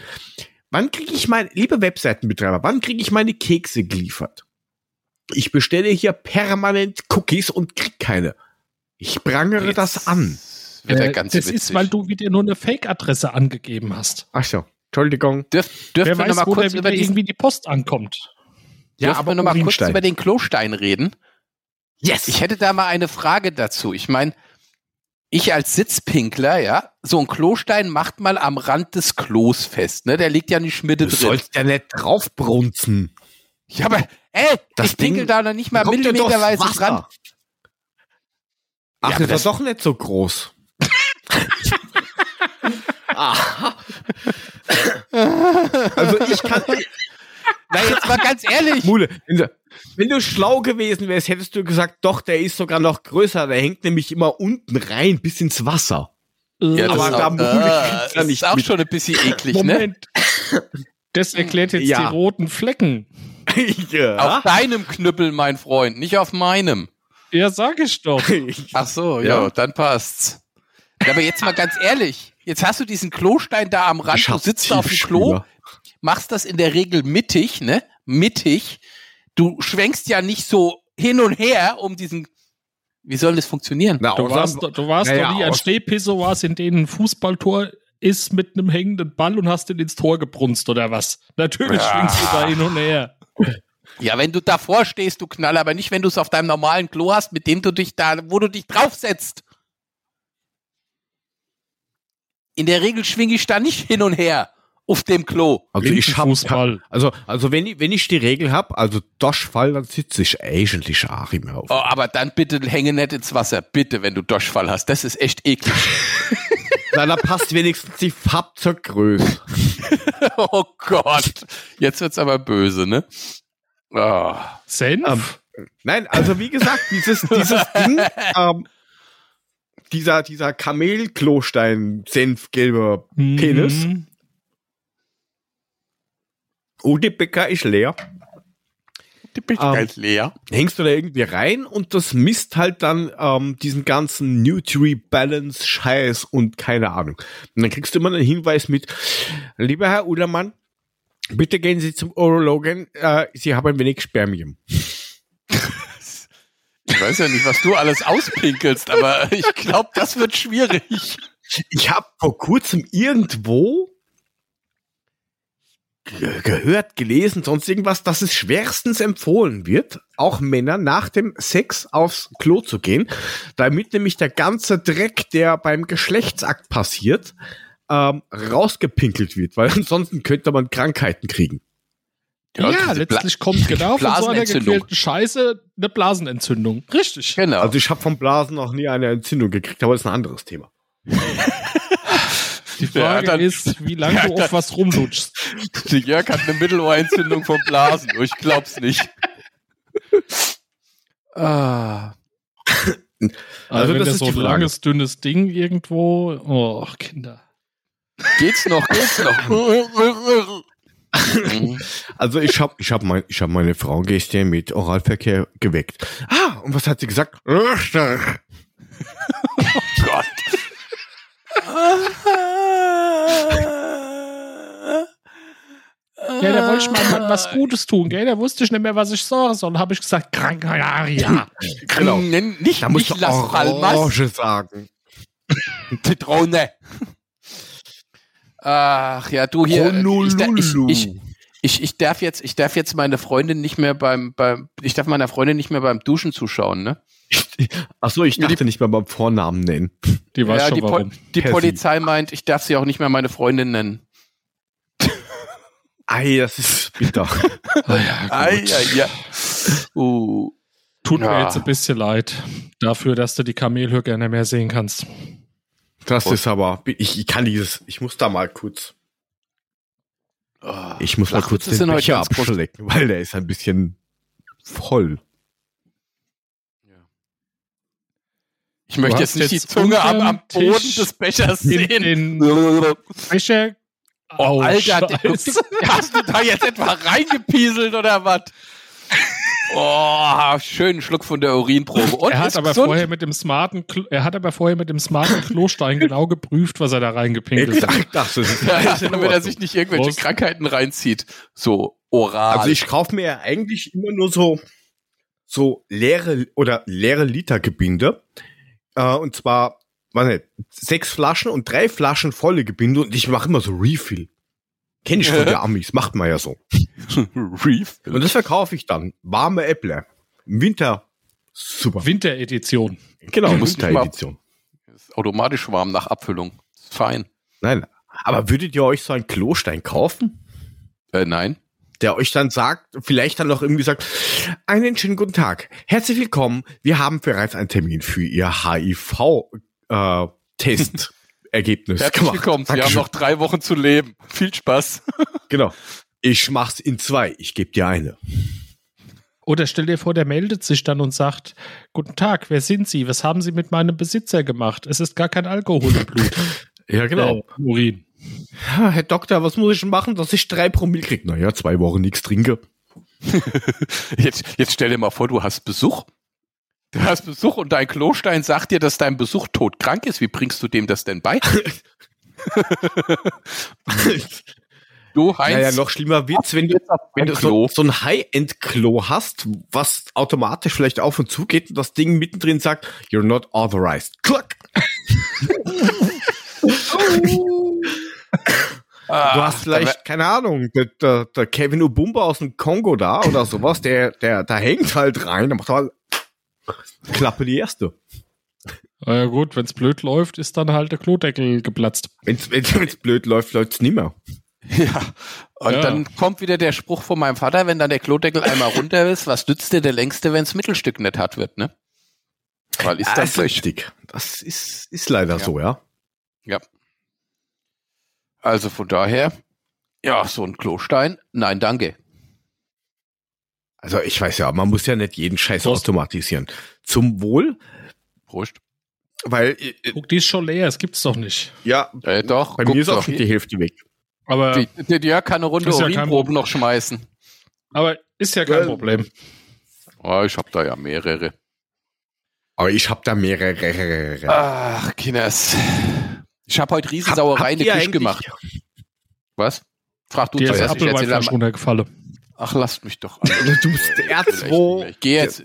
S4: Wann kriege ich mein, liebe Webseitenbetreiber, wann kriege ich meine Kekse geliefert? Ich bestelle hier permanent Cookies und krieg keine. Ich prangere
S2: Jetzt
S4: das an.
S2: Wird ja
S5: Äh,
S2: ganz
S5: das
S2: witzig.
S5: ist, weil du wieder nur eine Fake-Adresse angegeben hast.
S4: Ach so, Entschuldigung.
S2: Dürf, dürfen
S5: Wer
S2: wir noch mal
S5: weiß, wo da
S2: kurz über
S5: wieder
S2: diesen,
S5: irgendwie die Post ankommt.
S4: Ja,
S2: dürfen
S4: aber
S2: wir noch mal kurz
S4: Urinstein.
S2: über den Klostein reden?
S4: Yes!
S2: Ich hätte da mal eine Frage dazu. Ich meine, ich als Sitzpinkler, ja, so ein Klostein macht mal am Rand des Klos fest, ne? Der liegt ja in die Schmitte
S4: du
S2: drin.
S4: sollst ja nicht draufbrunzen.
S2: Ja, aber, ey,
S4: Das
S2: ich pinkel
S4: Ding-
S2: da noch nicht mal
S4: Kommt dir doch
S2: millimeterweise
S4: Wasser.
S2: dran.
S4: Ach,
S2: Ja, aber
S4: das war
S2: das-
S4: doch nicht so groß. Aha. Ah. also ich kann,
S2: Na, jetzt mal ganz ehrlich.
S4: Mule, wenn du, wenn du schlau gewesen wärst, hättest du gesagt, doch, der ist sogar noch größer. Der hängt nämlich immer unten rein bis ins Wasser.
S2: Ja, das
S4: Aber
S2: ist
S4: da
S2: auch,
S4: Mule
S2: äh,
S4: kriegt's ja
S2: das
S4: nicht
S2: ist auch
S4: mit.
S2: schon ein bisschen eklig, ne?
S5: Moment. Das erklärt jetzt
S4: Ja.
S5: die roten Flecken.
S4: ja.
S2: Auf deinem Knüppel, mein Freund, nicht auf meinem.
S5: Ja, sag ich doch.
S2: Ach so,
S4: Ja.
S2: ja, dann passt's. Ja, aber jetzt mal ganz ehrlich, jetzt hast du diesen Klostein da am Rand, du sitzt auf dem Klo,
S4: Tiefspüler.
S2: machst das in der Regel mittig, ne? Mittig. Du schwenkst ja nicht so hin und her um diesen. Wie soll das funktionieren?
S4: Na, also
S5: Du
S4: außer-
S5: warst, du warst
S4: Naja,
S5: noch nie an
S4: aus-
S5: Stehpissoirs, in denen ein Fußballtor ist mit einem hängenden Ball und hast ihn ins Tor gebrunst oder was? Natürlich schwingst du da hin und her.
S2: Ja, wenn du davor stehst, du Knaller, aber nicht, wenn du es auf deinem normalen Klo hast, mit dem du dich da, wo du dich draufsetzt. In der Regel schwinge ich da nicht hin und her auf dem Klo.
S4: Also ich hab,
S5: Lindenfußball.
S4: also, also wenn ich, wenn ich die Regel hab, also Doschfall, dann sitze ich eigentlich auch immer auf.
S2: Oh, aber dann bitte hänge nicht ins Wasser, bitte, wenn du Durchfall hast. Das ist echt eklig.
S4: Na, da passt wenigstens die Farb zur Größe.
S2: Oh Gott. Jetzt wird's aber böse, ne? Oh.
S4: ähm,
S5: Senf?
S4: Nein, also wie gesagt, dieses, dieses Ding, ähm, dieser, dieser Kamelklostein, senfgelber
S5: Mhm.
S4: Penis, ohne oh, Bäcker ist leer.
S2: Die bin ich
S4: Ähm,
S2: ganz leer.
S4: Hängst du da irgendwie rein und das misst halt dann ähm, diesen ganzen Nutri-Balance-Scheiß und keine Ahnung. Und dann kriegst du immer einen Hinweis mit, lieber Herr Udermann, bitte gehen Sie zum Urologen, äh, Sie haben ein wenig Spermien.
S2: Ich weiß ja nicht, was du alles auspinkelst, aber ich glaube, das wird schwierig.
S4: Ich habe vor kurzem irgendwo ge- gehört, gelesen, sonst irgendwas, dass es schwerstens empfohlen wird, auch Männern nach dem Sex aufs Klo zu gehen, damit nämlich der ganze Dreck, der beim Geschlechtsakt passiert, ähm, rausgepinkelt wird, weil ansonsten könnte man Krankheiten kriegen.
S5: Ja,
S2: diese
S5: letztlich kommt genau von so einer
S2: Blasenentzündung.
S5: gequälten Scheiße eine Blasenentzündung. Richtig.
S2: Genau.
S4: Also ich habe vom Blasen noch nie eine Entzündung gekriegt, aber das ist ein anderes Thema.
S5: Die Frage
S2: dann-
S5: ist, wie lange
S2: Ja,
S5: du auf
S2: dann-
S5: was rumlutschst.
S2: Der Jörg hat eine Mittelohrentzündung vom Blasen. Ich glaub's nicht. Ah.
S5: Also, wenn
S4: das
S5: das,
S4: ist
S5: so
S4: die
S5: ein
S4: Frage.
S5: langes, dünnes Ding irgendwo. Oh, Kinder.
S2: Geht's noch? Geht's noch? Mhm.
S4: Also ich habe ich hab mein, ich hab meine Frauengäste mit Oralverkehr geweckt. Ah, und was hat sie gesagt? Genau.
S2: Gott.
S5: Ja, da wollte ich meinem
S4: Ah.
S5: Mann was Gutes tun, gell? Da wusste ich nicht mehr, was ich sagen soll. habe ich gesagt, Krankenaria.
S4: Genau.
S2: Nenn- Nicht,
S4: Da musst
S2: nicht
S4: du
S2: Las Palmas,
S4: Orange sagen.
S2: Zitrone. Ach ja, du hier. Ich, ich, ich, ich, ich darf jetzt, ich darf jetzt meine Freundin nicht mehr beim, beim, ich darf meiner Freundin nicht mehr beim Duschen zuschauen, ne?
S4: Achso, ich dachte nicht mal beim Vornamen nennen.
S5: Die weiß schon
S2: die,
S5: warum.
S2: Pol- die
S4: Per
S2: Polizei meint, ich darf sie auch nicht mehr meine Freundin nennen.
S4: Ei, das ist bitter.
S2: Ei, Ah, ja, ja. Uh.
S5: Tut mir
S2: Ja.
S5: jetzt ein bisschen leid dafür, dass du die Kamelhöhe gerne mehr sehen kannst.
S4: Das ist aber, ich, ich kann dieses, ich muss da mal kurz,
S2: Ah.
S4: ich muss mal
S2: Ach,
S4: kurz
S2: das sind
S4: den
S2: heute
S4: Becher
S2: ganz groß-
S4: abschlecken, weil der ist ein bisschen voll.
S2: Ich möchte
S5: Du
S2: jetzt
S5: hast
S2: nicht die
S5: jetzt
S2: Zunge am,
S5: unterm
S2: am Boden
S5: Tisch
S2: des Bechers
S5: In
S2: sehen.
S5: den Becher.
S2: Oh, Alter, der-
S5: Scheiße.
S2: hast du da jetzt etwa reingepieselt oder was? Oh, schönen Schluck von der Urinprobe. Und
S5: er hat
S2: ist
S5: aber
S2: gesund.
S5: vorher mit dem smarten, Klo, er hat aber vorher mit dem smarten Klostein genau geprüft, was er da reingepinkelt hat.
S4: das ist,
S2: Ja, damit er sich nicht irgendwelche
S5: Prost.
S2: Krankheiten reinzieht. So oral.
S4: Also ich kaufe mir ja eigentlich immer nur so, so leere oder leere Litergebinde. Äh, und zwar, weiß nicht, sechs Flaschen und drei Flaschen volle Gebinde und ich mache immer so Refill. Kenn ich von der Amis, macht man ja so.
S2: Reef.
S4: Und das verkaufe ich dann. Warme Äpple. Im Winter. Super.
S5: Winteredition.
S4: Genau,
S2: Du musst nicht mal-
S4: Winteredition.
S2: Ist automatisch warm nach Abfüllung. Ist fein.
S4: Nein. Aber würdet ihr euch so einen Klostein kaufen,
S2: Äh, nein.
S4: der euch dann sagt, vielleicht dann noch irgendwie sagt, einen schönen guten Tag. Herzlich willkommen. Wir haben bereits einen Termin für Ihr HIV-Test-Ergebnis
S2: Herzlich
S4: äh, gemacht.
S2: willkommen. Sie haben
S4: Dankeschön.
S2: noch drei Wochen zu leben. Viel Spaß.
S4: Genau. Ich mach's in zwei. Ich gebe dir eine.
S5: Oder stell dir vor, der meldet sich dann und sagt: Guten Tag, wer sind Sie? Was haben Sie mit meinem Besitzer gemacht? Es ist gar kein Alkohol im Blut.
S4: Ja,
S2: genau.
S5: Äh, Urin.
S4: Ja, Herr Doktor, was muss ich denn machen, dass ich drei Promille kriege? Naja, zwei Wochen nichts trinke.
S2: Jetzt, jetzt stell dir mal vor, du hast Besuch. Du hast Besuch und dein Klostein sagt dir, dass dein Besuch todkrank ist. Wie bringst du dem das denn bei? Du, Heinz.
S4: Naja, noch schlimmer wird's, wenn du, wenn du so,
S2: Klo.
S4: so ein High-End-Klo hast, was automatisch vielleicht auf und zu geht und das Ding mittendrin sagt, you're not authorized. Klack!
S2: Ah,
S4: Du hast vielleicht, keine Ahnung, der, der, der Kevin Ubumba aus dem Kongo da oder sowas, der, der, da hängt halt rein, der macht halt Klappe die erste.
S5: Na ja, gut, wenn's blöd läuft, ist dann halt der Klodeckel geplatzt.
S4: Wenn's, wenn's, wenn's blöd läuft, läuft's nimmer.
S2: Ja. Und
S5: Ja.
S2: dann kommt wieder der Spruch von meinem Vater, wenn dann der Klodeckel einmal runter ist, was nützt dir der längste, wenn's Mittelstück nicht hat wird, ne? Weil ist
S4: Also,
S2: das durch.
S4: richtig. Das ist, ist leider
S2: Ja.
S4: so, ja.
S2: Also von daher, ja, so ein Klostein, nein, danke.
S4: Also ich weiß ja, man muss ja nicht jeden Scheiß
S5: Prost.
S4: automatisieren. Zum Wohl,
S2: Prost.
S4: weil äh,
S5: Guck, die ist schon leer, das gibt's doch nicht.
S4: ja,
S2: Äh, doch,
S4: bei
S2: guck
S4: mir ist auch
S2: doch,
S4: schon die Hälfte weg.
S5: Aber,
S2: die, die, die kann eine Runde
S5: Ist ja kein
S2: Urinproben noch schmeißen.
S5: aber ist ja kein
S4: Äh,
S5: Problem.
S2: Oh, ich hab da ja mehrere.
S4: Aber ich habe da mehrere.
S2: Ah, Ach, Kinders. Ich habe heute Riesensauerei in
S4: Habt
S2: der
S4: ihr
S2: Küche
S4: eigentlich-
S2: gemacht. Was? Frag du
S5: Die ist
S2: zuerst,
S5: das
S2: ich erzähle
S5: Apfelweinfleisch
S2: am-
S5: runtergefallen.
S2: Ach, lasst mich doch. an.
S4: Du bist der R2.
S2: Ich gehe jetzt,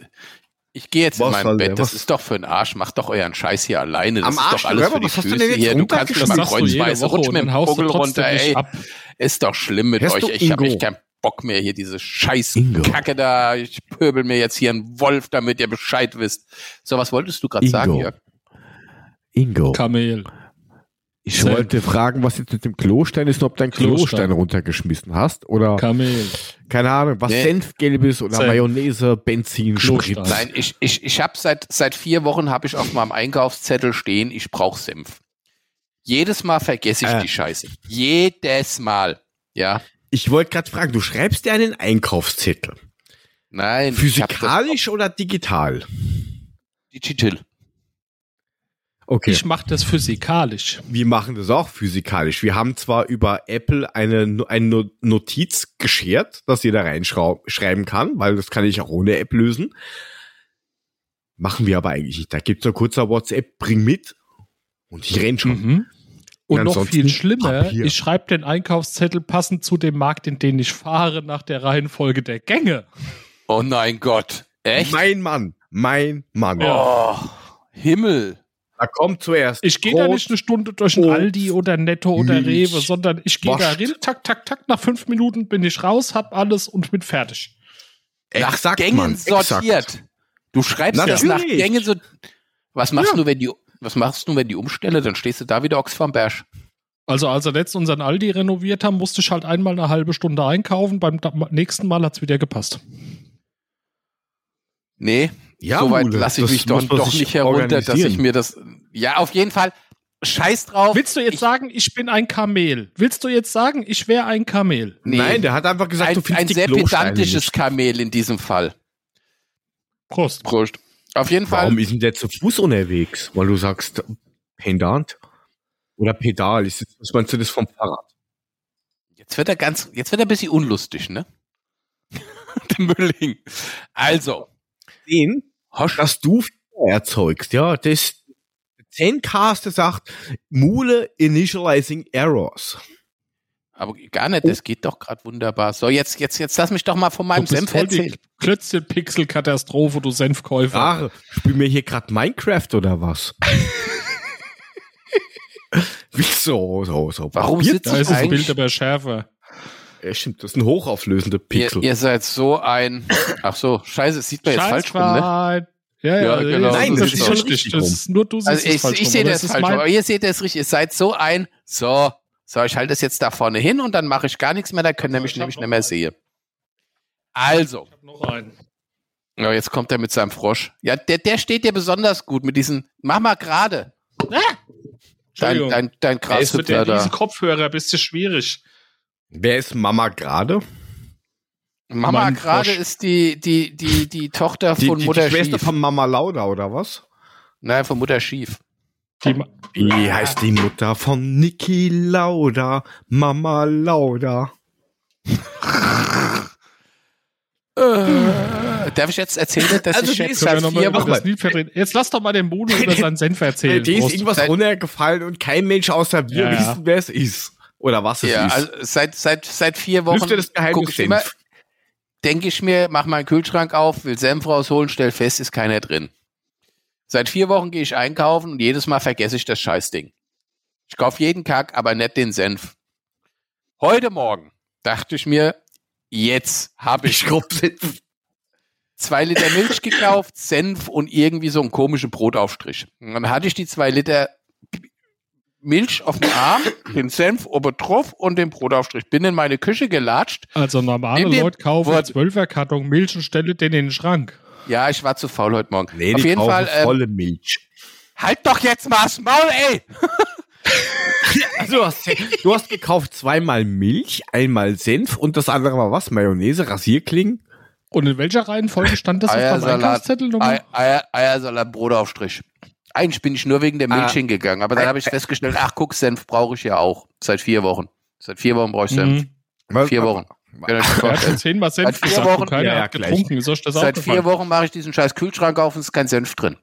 S2: ich geh jetzt in
S4: Was soll
S2: mein
S4: der?
S2: Bett. Das
S4: was-
S2: ist doch für den Arsch. Macht doch euren Scheiß hier alleine. Das
S4: Am
S2: ist
S4: Arsch,
S2: doch alles
S4: Röber,
S2: für die
S4: was hast du
S2: Füße
S4: denn jetzt
S2: hier. Du kannst
S4: runtergeschmissen?
S2: doch
S5: Das
S4: mal
S2: mal
S5: sagst du jede
S2: kreuzweise
S5: Woche
S2: rutsch
S5: und
S2: mit dem
S5: dann haust du
S2: Vogel
S5: trotzdem
S2: runter. Ey,
S5: nicht ab.
S2: ist doch schlimm mit
S4: Hörst
S2: euch.
S4: du,
S2: Ich habe
S4: Ingo?
S2: echt keinen Bock mehr hier, diese scheiß
S4: Ingo.
S2: Kacke da. Ich pöbel mir jetzt hier einen Wolf, damit ihr Bescheid wisst. So, was wolltest du gerade
S4: Ingo.
S2: sagen, Jörg?
S4: Ingo,
S5: Kamel.
S4: ich wollte fragen, was jetzt mit dem Klostein ist und ob du einen
S5: Klostein.
S4: Klostein, runtergeschmissen hast oder
S5: Kamel.
S4: keine Ahnung, was
S2: Nee.
S4: Senfgelbes oder
S5: Senf.
S4: Mayonnaise, Benzin,
S5: Klostein.
S4: Sprit.
S2: Nein, ich, ich, ich habe seit, seit vier Wochen habe ich auf meinem Einkaufszettel stehen, ich brauche Senf. Jedes Mal vergesse ich
S4: Äh.
S2: die Scheiße. Jedes Mal. Ja.
S4: Ich wollte gerade fragen, du schreibst dir einen Einkaufszettel.
S2: Nein. ich hab das
S4: Physikalisch oder digital?
S2: auf Digital.
S4: Okay.
S5: Ich mache das physikalisch.
S4: wir machen das auch physikalisch. Wir haben zwar über Apple eine, eine No- Notiz geschert, dass jeder reinschreiben kann, weil das kann ich auch ohne App lösen. Machen wir aber eigentlich nicht. Da gibt's nur kurzer WhatsApp, bring mit und ich renn
S2: Mhm.
S4: schon.
S5: Und
S4: Und
S5: noch
S4: ansonsten
S5: viel schlimmer,
S4: Papier.
S5: ich schreibe den Einkaufszettel passend zu dem Markt, in den ich fahre, nach der Reihenfolge der Gänge.
S2: Oh nein Gott. Echt?
S4: Mein Mann, mein Mann.
S5: Ja.
S2: Oh, Himmel.
S4: Da kommt zuerst.
S5: Ich gehe da
S4: Brot.
S5: nicht eine Stunde durch ein
S2: Oh.
S4: Brot,
S5: Aldi oder Netto oder
S4: Milch,
S5: Rewe, sondern ich gehe da
S4: Wurst.
S5: rein, tak, tak, tak, nach fünf Minuten bin ich raus, hab alles und bin fertig.
S2: Nach
S4: Exakt,
S2: Gängen
S4: Mann, exakt.
S2: sortiert. Du schreibst das nach
S4: Natürlich.
S2: Gängen so. Was machst
S4: Ja.
S2: du, wenn die was machst du, wenn die umstelle? Dann stehst du da wieder Ochs vom Berg.
S5: Also als wir letztens unseren Aldi renoviert haben, musste ich halt einmal eine halbe Stunde einkaufen, beim da- nächsten Mal hat's wieder gepasst.
S2: Nee,
S4: Ja,
S2: Soweit
S4: Mule,
S2: lasse ich
S4: das
S2: mich doch,
S4: muss man
S2: doch
S4: sich
S2: nicht herunter, dass ich
S4: organisieren.
S2: mir das. Ja, auf jeden Fall. Scheiß drauf.
S5: Willst du jetzt
S2: Ich-
S5: sagen, ich bin ein Kamel? Willst du jetzt sagen, ich wäre ein Kamel?
S2: Nee.
S4: Nein, der hat einfach gesagt, du
S2: ein,
S4: findest
S2: ein
S4: die
S2: sehr
S4: Klosteine
S2: pedantisches
S4: nicht.
S2: Kamel in diesem Fall.
S5: Prost.
S2: Prost. Auf jeden Fall.
S4: Warum ist denn der zu Fuß unterwegs? Weil du sagst, Pendant oder Pedal. Ist das, was meinst du das vom Fahrrad?
S2: Jetzt wird er ganz, jetzt wird er ein bisschen unlustig, ne? Der Mülling. Also,
S4: Den
S2: Hosch,
S4: dass du Fehler erzeugst, ja, das Zencaster sagt, Mule initializing errors.
S2: aber gar nicht,
S4: Oh.
S2: das geht doch gerade wunderbar. So, jetzt, jetzt, jetzt lass mich doch mal von meinem
S5: du bist
S2: Senf
S5: voll die
S2: erzählen. Ah,
S5: Klötzchen-Pixel-Katastrophe, du Senfkäufer.
S4: Ware, spiel mir hier gerade Minecraft oder was? Wieso? So, so.
S2: Warum
S4: Papier-
S2: sitze
S5: da
S2: ich
S5: ist das Bild
S2: eigentlich?
S5: aber schärfer.
S4: Ja, stimmt, das sind hochauflösende
S2: Ihr,
S4: Pixel.
S2: ihr seid so ein. Ach so, scheiße, das sieht man jetzt falsch rum, ne?
S5: Schwein. Ja, ja,
S2: Ja, genau,
S5: Nein, das ist schon richtig.
S4: rum.
S5: Das ist nur du siehst
S2: Also
S5: es
S2: ich,
S5: falsch
S2: ich
S5: rum,
S2: sehe
S5: aber
S2: das
S5: ist
S2: falsch,
S5: mein-
S2: aber ihr seht das richtig. Ihr seid so ein, so, so, ich halte das jetzt da vorne hin und dann mache ich gar nichts mehr, dann können
S5: Also,
S2: nämlich
S5: ich
S2: nämlich
S5: hab
S2: nicht
S5: noch
S2: mehr
S5: einen.
S2: sehen. Also,
S5: Ich hab noch einen.
S2: ja, jetzt kommt er mit seinem Frosch. Ja, der, der steht dir besonders gut mit diesen, mach mal gerade, dein,
S5: Entschuldigung.
S2: dein, dein
S5: Ey, es wird
S2: Grashüpfer
S5: ja diesen
S2: da.
S5: Kopfhörer ein bisschen schwierig.
S4: Wer ist Mama gerade?
S2: Mama
S5: Mann,
S2: gerade
S5: Frosch.
S2: ist die, die, die, die Tochter
S4: Die,
S2: von
S4: die, die
S2: Mutter
S4: Schwester
S2: Schief.
S4: von Mama Lauda oder was?
S2: Nein, von Mutter Schief.
S5: Die, ma-
S4: Wie heißt die Mutter von Niki Lauda? Mama Lauda.
S2: Äh, darf ich jetzt erzählen, dass
S4: Also
S2: ich
S4: die
S2: jetzt
S4: ist
S2: seit
S5: Also können wir noch mal
S2: vier
S5: über
S2: Wochen...
S4: nochmal.
S5: das Lied verdrehen. Jetzt lass doch mal den Bodo über seinen Senf erzählen.
S4: Äh, Die ist
S5: Prost.
S4: irgendwas
S2: Seit-
S4: runtergefallen und kein Mensch außer wir
S5: Ja, ja.
S4: wissen, wer es ist. Oder was es
S2: Ja,
S4: ist.
S2: also seit, seit, seit vier Wochen
S4: Lüfte das Geheimnis
S2: guck ich immer,
S4: Senf.
S2: denke ich mir, mach meinen Kühlschrank auf, will Senf rausholen, stell fest, ist keiner drin. Seit vier Wochen gehe ich einkaufen und jedes Mal vergesse ich das Scheißding. Ich kaufe jeden Kack, aber nicht den Senf. Heute Morgen dachte ich mir, jetzt habe ich
S4: Ich glaub,
S2: zwei Liter Milch gekauft, Senf und irgendwie so einen komischen Brotaufstrich. Und dann hatte ich die zwei Liter Milch auf dem Arm, den Senf oben drauf und den Brotaufstrich. Bin in meine Küche gelatscht.
S5: Also normale
S2: Nimm den-
S5: Leute kaufen
S2: Wort-
S5: 12er Karton Milch und stellen den in den Schrank.
S2: Ja, ich war zu faul heute Morgen.
S4: Nee,
S2: auf
S4: die
S2: jeden
S4: kaufen
S2: Fall, ähm,
S4: volle Milch.
S2: halt doch jetzt mal das Maul, ey!
S4: Also, du, hast, du hast gekauft zweimal Milch, einmal Senf und das andere war was? Mayonnaise, Rasierklingen?
S5: Und in welcher Reihenfolge stand das auf dem
S2: Eiersalat,
S5: Einkaufszettel
S2: Ei-
S5: nochmal?
S2: Eier, Eiersalat, Brotaufstrich. Eigentlich bin ich nur wegen der Milch
S4: Ah.
S2: hingegangen, aber dann habe ich festgestellt, ach guck, Senf brauche ich ja auch. Seit vier Wochen. Seit vier Wochen brauche ich Senf.
S5: Mhm.
S2: Vier Wochen.
S4: Äh,
S2: Könnt ihr euch das
S5: Er hat
S2: vorstellen?
S5: schon zehnmal Senf
S2: Seit vier
S5: gesagt
S2: Wochen-
S5: und keiner
S4: Ja, ja,
S5: hat
S4: gleich.
S5: getrunken. Ist euch das
S2: Seit vier
S5: aufgefallen?
S2: Wochen mache ich diesen scheiß Kühlschrank auf und es ist kein Senf drin.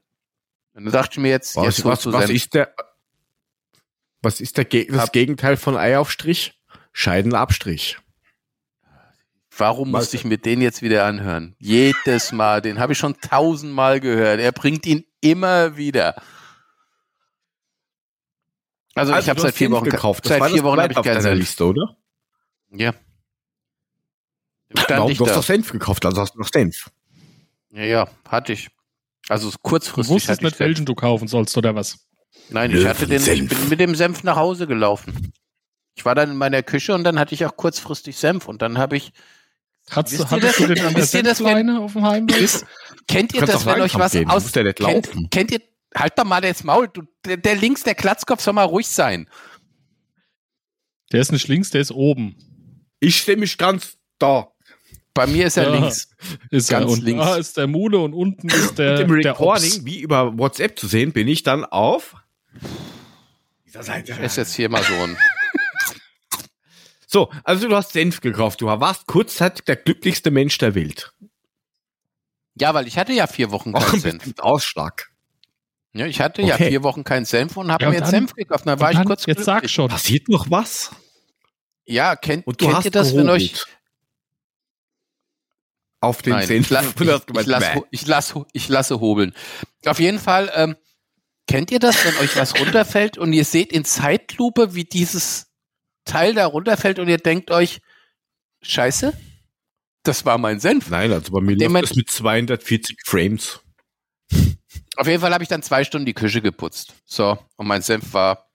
S2: Und dann dachte ich mir jetzt,
S4: Was,
S2: jetzt holst
S4: was,
S2: du
S4: was
S2: Senf.
S4: ist der, was ist der, Geg- das
S2: Ab-
S4: Gegenteil von Eiaufstrich? Scheidenabstrich.
S2: Warum
S4: Was-
S2: musste ich mir den jetzt wieder anhören? Jedes Mal, den habe ich schon tausendmal gehört. Er bringt ihn immer wieder. Also, ich habe
S4: du
S2: seit
S4: hast
S2: vier
S4: Senf
S2: Wochen
S4: gekauft. Das war
S2: Seit
S4: das
S2: vier Wochen habe
S4: Zweite
S2: ich
S4: auf
S2: keinen
S4: deiner
S2: Senf.
S4: Liste, oder?
S2: Ja. Dann Stand
S4: Warum,
S2: ich
S4: du hast
S2: da.
S4: doch Senf gekauft, also hast du noch Senf.
S2: Ja, ja, hatte ich. Also es
S5: Du
S2: kurzfristig
S5: wusstest
S2: hatte ich
S5: nicht, welchen du kaufen sollst oder was?
S2: Senf. Nein, ich hatte den ich
S4: Löwensenf.
S2: bin mit dem Senf nach Hause gelaufen. Ich war dann in meiner Küche und dann hatte ich auch kurzfristig Senf und dann habe ich
S5: Hattest,
S2: Wisst ihr
S5: hattest
S2: das-
S5: du den an der
S2: wisst ihr das, wenn-
S5: Senfleine auf dem Heimweg?
S2: Wisst- kennt ihr
S4: Kannst
S2: das,
S4: doch
S2: wenn euch
S4: langsam
S2: was
S4: gehen,
S2: aus
S4: muss der nicht
S2: kennt,
S4: laufen.
S2: kennt ihr halt doch mal das Maul, du, der, der links der Klatzkopf soll mal ruhig sein.
S5: Der ist nicht links, der ist oben.
S4: Ich stehe mich ganz da.
S2: Bei mir ist er
S5: Ja.
S2: links.
S5: Ist
S2: Ganz
S5: er und
S2: links.
S5: Da ist der Mule und unten ist der,
S4: Mit dem
S5: Äh, der Ops.
S4: Recording, wie über WhatsApp zu sehen, bin ich dann auf dieser Seite.
S2: Ist jetzt hier mal so ein
S4: So, also du hast Senf gekauft. Du warst kurzzeitig der glücklichste Mensch der Welt.
S2: Ja, weil ich hatte ja vier Wochen
S4: Auch
S5: Oh,
S2: keinen
S4: ein
S2: Senf.
S4: bisschen Ausschlag.
S2: Ja, ich hatte ja
S4: Okay.
S2: vier Wochen keinen Senf und habe
S5: Ja,
S2: mir
S5: und
S2: jetzt
S5: dann-
S2: Senf gekauft. Und Dann war ich
S5: Dann-
S2: kurz
S5: Jetzt sag
S2: glücklich.
S5: schon.
S4: Passiert noch was?
S2: Ja, kennt,
S4: Und du
S2: kennt
S4: hast
S2: ihr das, wenn euch
S4: gehobelt. auf den
S2: Nein,
S4: Senf.
S2: ich, la ich,
S4: Und hast
S2: ich,
S4: gemeint,
S2: lass,
S4: "Bäh."
S2: ich, lass, ich lasse hobeln. Auf jeden Fall, ähm, kennt ihr das, wenn euch was runterfällt und ihr seht in Zeitlupe, wie dieses Teil da runterfällt und ihr denkt euch, scheiße, das war mein Senf.
S4: Nein, also bei mir
S2: Dem
S4: läuft
S2: Moment-
S4: das mit 240 Frames.
S2: Auf jeden Fall habe ich dann zwei Stunden die Küche geputzt. So, und mein Senf war,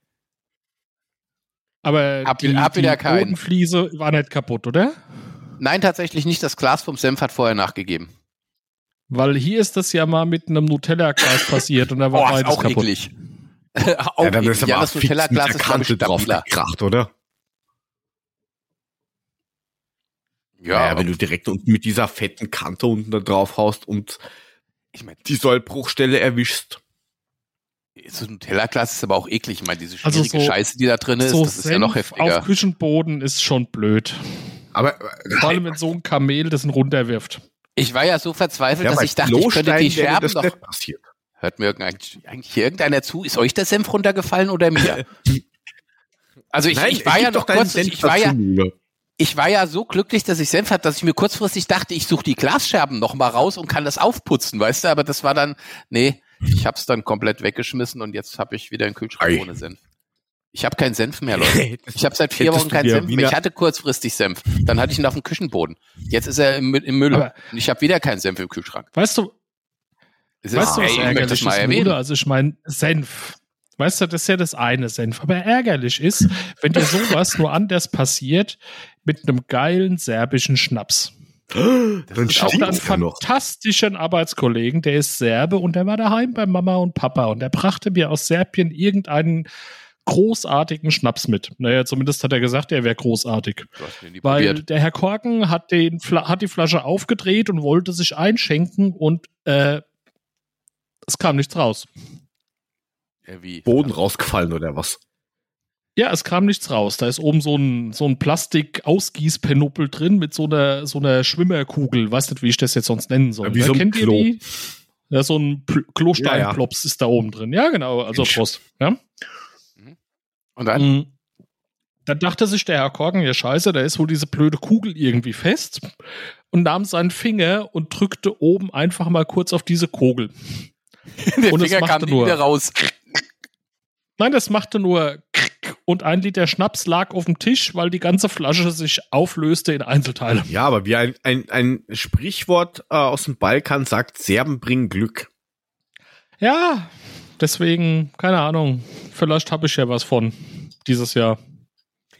S5: Aber
S2: Hab-
S5: die,
S2: hab wieder
S5: die
S2: keinen.
S5: Bodenfliese war nicht kaputt, oder?
S2: nein, tatsächlich nicht, das Glas vom Senf hat vorher nachgegeben.
S5: Weil hier ist das ja mal mit einem Nutella-Glas passiert und da
S2: Boah,
S5: war
S2: Oh, ist
S5: beides
S2: auch
S5: kaputt.
S2: eklig. auch
S4: dann
S2: eklig.
S4: ist aber
S2: Ja, das
S4: fix mit
S2: Nutella-Glas
S4: der
S2: ist, glaube ich,
S4: Kante drauf
S2: stabiler.
S4: gekracht, oder?
S2: Ja,
S4: naja,
S2: aber
S4: wenn du direkt unten mit dieser fetten Kante unten da drauf haust und
S2: ich meine,
S4: die Sollbruchstelle erwischst.
S2: so ein Tellerglas ist aber auch eklig. Ich meine, diese
S5: Also
S2: schwierige
S5: so-
S2: Scheiße, die da drin Ne, ist,
S5: So
S2: das ist ja noch
S5: Senf
S2: heftiger.
S5: auf Küchenboden ist schon blöd.
S4: Aber
S2: äh,
S5: Vor allem, wenn so ein Kamel das ihn runterwirft.
S2: Ich war ja so verzweifelt, dass ich dachte, ich könnte
S4: Klostein
S2: die
S4: wäre
S2: Scherben
S4: das
S2: doch.
S4: nicht passiert.
S2: Hört mir eigentlich, eigentlich hier irgendeiner zu? Ist euch der Senf runtergefallen oder mir? Also ich, ich war
S4: gib
S2: ja noch
S4: doch deinen
S2: kurz,
S4: Senf
S2: ich war ja,
S4: dazu, Müller.
S2: ich war ja so glücklich, dass ich Senf hatte, dass ich mir kurzfristig dachte, ich suche die Glasscherben noch mal raus und kann das aufputzen, weißt du? Aber das war dann, nee, ich hab's dann komplett weggeschmissen und jetzt habe ich wieder einen Kühlschrank
S4: Ei.
S2: ohne Senf. Ich habe keinen Senf mehr, Leute.
S4: Das-
S2: Ich habe seit vier
S4: Hättest
S2: Wochen
S4: du
S2: keinen
S4: dir
S2: Senf mehr.
S4: wieder-
S2: Ich hatte kurzfristig Senf. Dann hatte ich ihn auf dem Küchenboden. Jetzt ist er im, Mü- im Müll.
S5: Aber-
S2: und ich habe wieder keinen Senf im Kühlschrank.
S5: Weißt du,
S2: Es
S5: Weißt du,
S2: ey,
S5: was
S2: ich möchte
S5: ärgerlich
S2: das mal
S5: ist, Bruder?
S2: erwähnen.
S5: Also ich meine, Senf. Weißt du, das ist ja das eine Senf. Aber ärgerlich ist, wenn dir sowas nur anders passiert, mit einem geilen serbischen Schnaps.
S4: Dann
S5: Ich habe da einen
S4: stinkt's ja noch.
S5: fantastischen Arbeitskollegen, der ist Serbe und der war daheim bei Mama und Papa und der brachte mir aus Serbien irgendeinen großartigen Schnaps mit. Naja, zumindest hat er gesagt, er wäre großartig.
S2: Du hast ihn nie
S5: Weil
S2: probiert.
S5: der Herr Korken hat, den, Fla- hat die Flasche aufgedreht und wollte sich einschenken und äh, es kam nichts raus.
S2: Ja, wie?
S4: Boden rausgefallen oder was?
S5: Ja, es kam nichts raus. Da ist oben so ein, so ein Plastik-Ausgießpenuppel drin mit so einer, so einer Schwimmerkugel. Weiß nicht, wie ich das jetzt sonst nennen soll.
S4: Ja,
S5: ne?
S4: wie so ein
S5: Kennt ihr
S4: Klo.
S5: die? Ja, so ein Pl- Klosteinplops ist da oben drin. Ja, genau. Also
S4: Mensch.
S5: Prost. Ja?
S2: Und dann?
S5: Mhm. Dann dachte sich der Herr Korken, ja scheiße, da ist wohl diese blöde Kugel irgendwie fest und nahm seinen Finger und drückte oben einfach mal kurz auf diese Kugel.
S2: Der
S5: Und es
S2: Finger
S5: machte
S2: kam nie
S5: nur-
S2: wieder raus.
S5: Nein, das machte nur Krick und ein Liter Schnaps lag auf dem Tisch, weil die ganze Flasche sich auflöste in Einzelteile.
S4: Ja, aber wie ein, ein, ein Sprichwort äh, aus dem Balkan sagt, Serben bringen Glück.
S5: Ja, deswegen, keine Ahnung. Vielleicht habe ich ja was von dieses Jahr.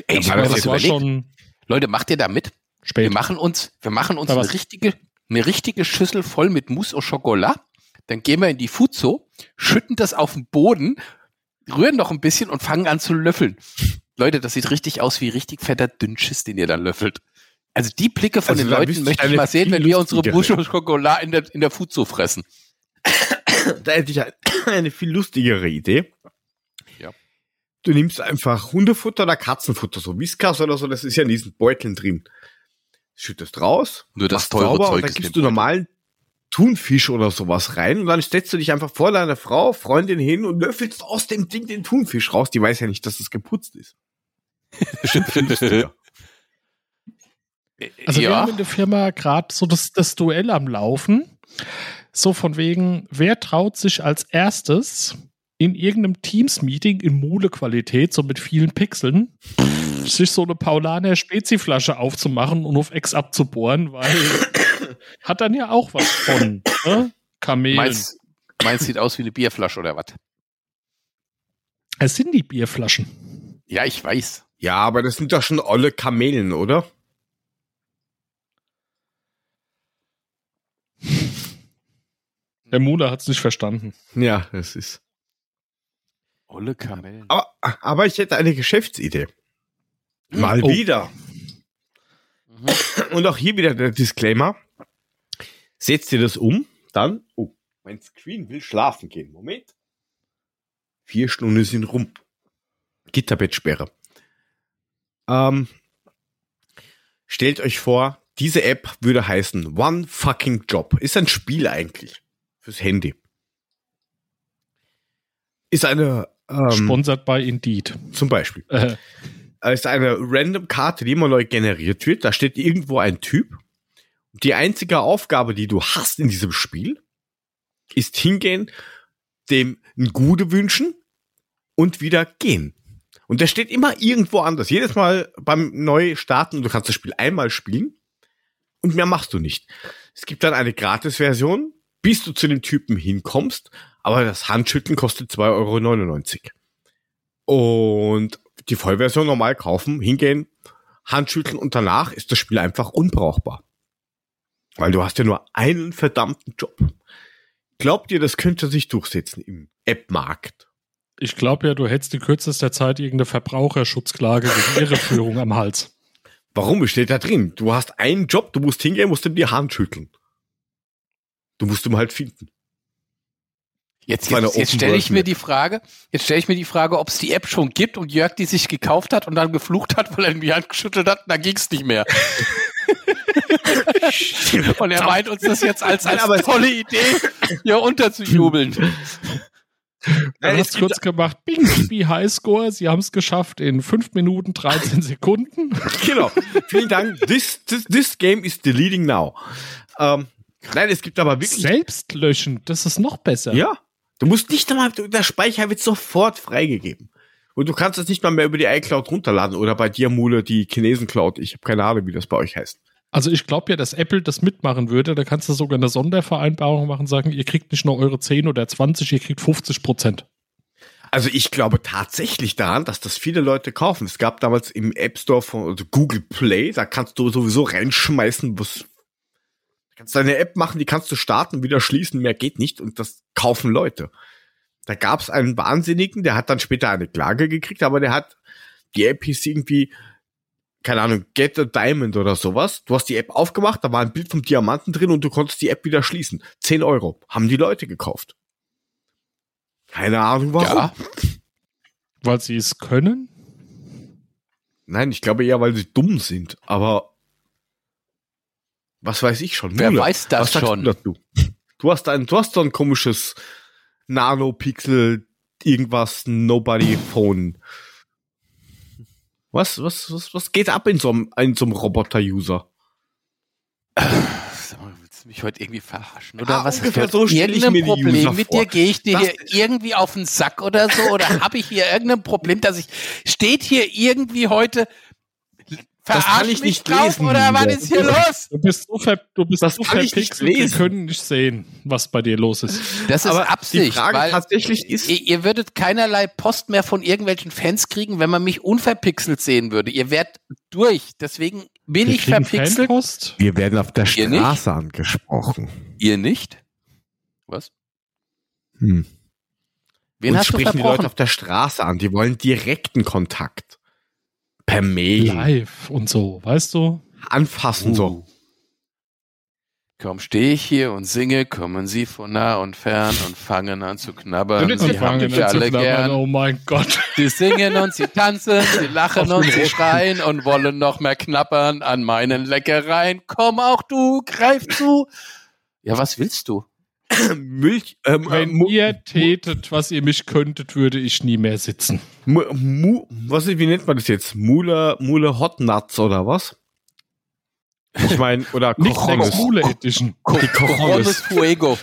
S2: Ey, ich
S4: Ja,
S2: hab
S4: weil
S2: mir was
S4: das
S5: war
S2: überlegt.
S5: schon
S2: Leute, macht ihr da mit? Wir
S5: spät.
S2: machen uns, wir machen uns
S5: Na,
S2: eine
S5: was?
S2: richtige, eine richtige Schüssel voll mit Mousse au Chocolat. Dann gehen wir in die Fuzo, schütten das auf den Boden, rühren noch ein bisschen und fangen an zu löffeln. Leute, das sieht richtig aus wie richtig fetter Dünnschiss, den ihr dann löffelt. Also die Blicke von
S4: Also
S2: den
S4: da
S2: Leuten
S4: wüsste ich
S2: möchte ich
S4: eine
S2: mal sehen,
S4: viel
S2: wenn wir unsere Mousse
S4: lustigere.
S2: au Chocolat in der, in der Fuzo fressen.
S4: Da hätte ich ein- eine viel lustigere Idee.
S2: Ja.
S4: Du nimmst einfach Hundefutter oder Katzenfutter, so Whiskas oder so, das ist ja in diesen Beuteln drin. Schüttest raus,
S2: Nur das
S4: machst
S2: teure
S4: sauber
S2: Zeug
S4: und dann
S2: ist
S4: gibst
S2: dem
S4: du normalen Thunfisch oder sowas rein und dann stellst du dich einfach vor deiner Frau, Freundin hin und löffelst aus dem Ding den Thunfisch raus. Die weiß ja nicht, dass das geputzt ist.
S5: Also wir
S2: Äh, ja,
S5: haben in der Firma gerade so das, das Duell am Laufen. So von wegen, wer traut sich als erstes in irgendeinem Teams-Meeting in Mole-Qualität, so mit vielen Pixeln, sich so eine Paulaner Spezi-Flasche aufzumachen und auf Ex abzubohren, weil hat dann ja auch was von. Ne? Kamelen.
S2: meins, meins sieht aus wie eine Bierflasche oder was.
S5: Es sind die Bierflaschen.
S2: Ja, ich weiß.
S4: Ja, aber das sind doch schon alle Kamelen, oder?
S5: Der Mole hat es nicht verstanden.
S4: Ja, das ist.
S2: Olle Kamellen.
S4: Aber, aber ich hätte eine Geschäftsidee. Mal
S5: Oh.
S4: wieder.
S2: Mhm.
S4: Und auch hier wieder der Disclaimer. Setzt ihr das um, dann. Oh, mein Screen will schlafen gehen. Moment. Vier Stunden sind rum. Gitterbettsperre. Ähm, stellt euch vor, diese App würde heißen One Fucking Job. Ist ein Spiel eigentlich. Fürs Handy. Ist eine. Ähm,
S5: Sponsert bei Indeed.
S4: zum Beispiel
S5: Äh,
S4: ist eine random Karte, die immer neu generiert wird. Da steht irgendwo ein Typ. Die einzige Aufgabe, die du hast in diesem Spiel, ist hingehen, dem ein Gute wünschen und wieder gehen. Und der steht immer irgendwo anders. Jedes Mal beim Neustarten, du kannst das Spiel einmal spielen und mehr machst du nicht. Es gibt dann eine Gratis-Version, bis du zu dem Typen hinkommst, aber das Handschütteln kostet 2,99 Euro. Und die Vollversion normal kaufen, hingehen, Handschütteln und danach ist das Spiel einfach unbrauchbar. Weil du hast ja nur einen verdammten Job. Glaubt ihr, das könnte sich durchsetzen im App-Markt?
S5: Ich glaube ja, du hättest in kürzester Zeit irgendeine Verbraucherschutzklage wegen Irreführung am Hals.
S4: Äh, Warum? Es steht da drin. Du hast einen Job, du musst hingehen, musst ihm die Hand schütteln. Du musst ihn halt finden.
S2: Jetzt,
S4: Meine
S2: jetzt, jetzt
S4: Open
S2: stelle ich
S4: World
S2: mir
S4: Map.
S2: die Frage, jetzt stelle ich mir die Frage, ob es die App schon gibt und Jörg die sich gekauft hat und dann geflucht hat, weil er in die Hand geschüttelt hat und dann ging es nicht mehr. und er meint uns das jetzt als, als
S4: Nein, aber es-
S2: tolle Idee, hier unterzujubeln.
S5: Du
S4: Nein, es
S5: hast kurz gemacht, Bing, Bibi Highscore, sie haben es geschafft in 5 Minuten 13 Sekunden.
S4: genau. Vielen Dank. This, this, this game is deleting now. Ähm, nein, es gibt aber wirklich
S5: Selbst löschen, das ist noch besser.
S4: Ja. Du musst nicht einmal, du- der Speicher wird sofort freigegeben. Und du kannst es nicht mal mehr über die iCloud runterladen oder bei dir, Mule, die Chinesen-Cloud. Ich habe keine Ahnung, wie das bei euch heißt.
S5: Also ich glaube ja, dass Apple das mitmachen würde. Da kannst du sogar eine Sondervereinbarung machen, sagen, ihr kriegt nicht nur eure 10 oder 20, ihr kriegt 50 Prozent.
S4: Also ich glaube tatsächlich daran, dass das viele Leute kaufen. Es gab damals im App Store von also Google Play, da kannst du sowieso reinschmeißen, was du kannst deine App machen, die kannst du starten, wieder schließen, mehr geht nicht und das kaufen Leute. Da gab es einen Wahnsinnigen, der hat dann später eine Klage gekriegt, aber der hat die App hieß irgendwie keine Ahnung, Get a Diamond oder sowas. Du hast die App aufgemacht, da war ein Bild vom Diamanten drin und du konntest die App wieder schließen. 10 Euro haben die Leute gekauft. Keine Ahnung warum.
S2: Ja,
S5: Weil sie es können?
S4: Nein, ich glaube eher, weil sie dumm sind. Aber was weiß ich schon?
S2: Wer
S4: Mule,
S2: weiß das
S4: was sagst
S2: schon?
S4: Du, dazu? du hast ein, du hast so ein komisches Nanopixel, irgendwas, Nobody Phone. Was, was, was, was geht ab in so einem, in so einem Roboter-User?
S2: willst du mich heute irgendwie verarschen? Oder
S4: Ah,
S2: was hast du
S4: ungefähr
S2: heute
S4: so stell ich
S2: irgendein
S4: mir die
S2: Problem
S4: User
S2: mit
S4: vor.
S2: dir? Gehe ich dir
S4: Das
S2: hier irgendwie auf den Sack oder so? Oder habe ich hier irgendein Problem, dass ich steht hier irgendwie heute
S4: Das kann
S2: verarsch
S4: ich
S2: mich
S4: nicht
S2: drauf
S4: lesen,
S2: oder was
S4: User.
S2: ist hier los?
S5: Du bist so, ver du bist
S4: Das
S5: so
S4: kann ich nicht
S5: verpixelt, wir
S4: lesen.
S5: können nicht sehen, was bei dir los ist.
S2: Das ist
S4: Aber
S2: Absicht,
S4: die Frage
S2: weil
S4: tatsächlich ist,
S2: ihr, ihr würdet keinerlei Post mehr von irgendwelchen Fans kriegen, wenn man mich unverpixelt sehen würde. Ihr wärt durch. Deswegen bin
S5: Wir
S2: ich
S5: kriegen
S2: verpixelt.
S5: Fanpost?
S4: wir werden auf der
S2: Ihr nicht?
S4: Straße angesprochen.
S2: Ihr nicht? Was?
S4: Hm.
S2: Wen
S4: Uns
S2: hast du
S4: sprechen die Leute
S2: verbrochen?
S4: auf der Straße an. Die wollen direkten Kontakt. Per Mail.
S5: Live und so, weißt du?
S4: Anfassen so.
S2: Kaum stehe ich hier und singe, kommen sie von nah und fern und fangen an zu knabbern.
S5: Und
S2: Sie haben
S5: fangen
S2: mich
S5: an zu
S2: alle
S5: knabbern.
S2: gern.
S5: Oh mein Gott.
S2: Sie singen und sie tanzen, sie lachen und sie schreien und wollen noch mehr knabbern an meinen Leckereien. Komm auch du, greif zu. Ja, was willst du?
S4: Milch, ähm, äh,
S5: Wenn
S4: Mu-
S5: ihr tätet, was ihr mich könntet, würde ich nie mehr sitzen.
S4: Mu, Mu, was ist, wie nennt man das jetzt? Mule, Mule Hot Nuts oder was? Ich meine, oder
S5: Nicht
S4: Cojones.
S5: Sex Mule Edition.
S4: Die
S2: Corones
S4: Cojones.
S2: Fuego.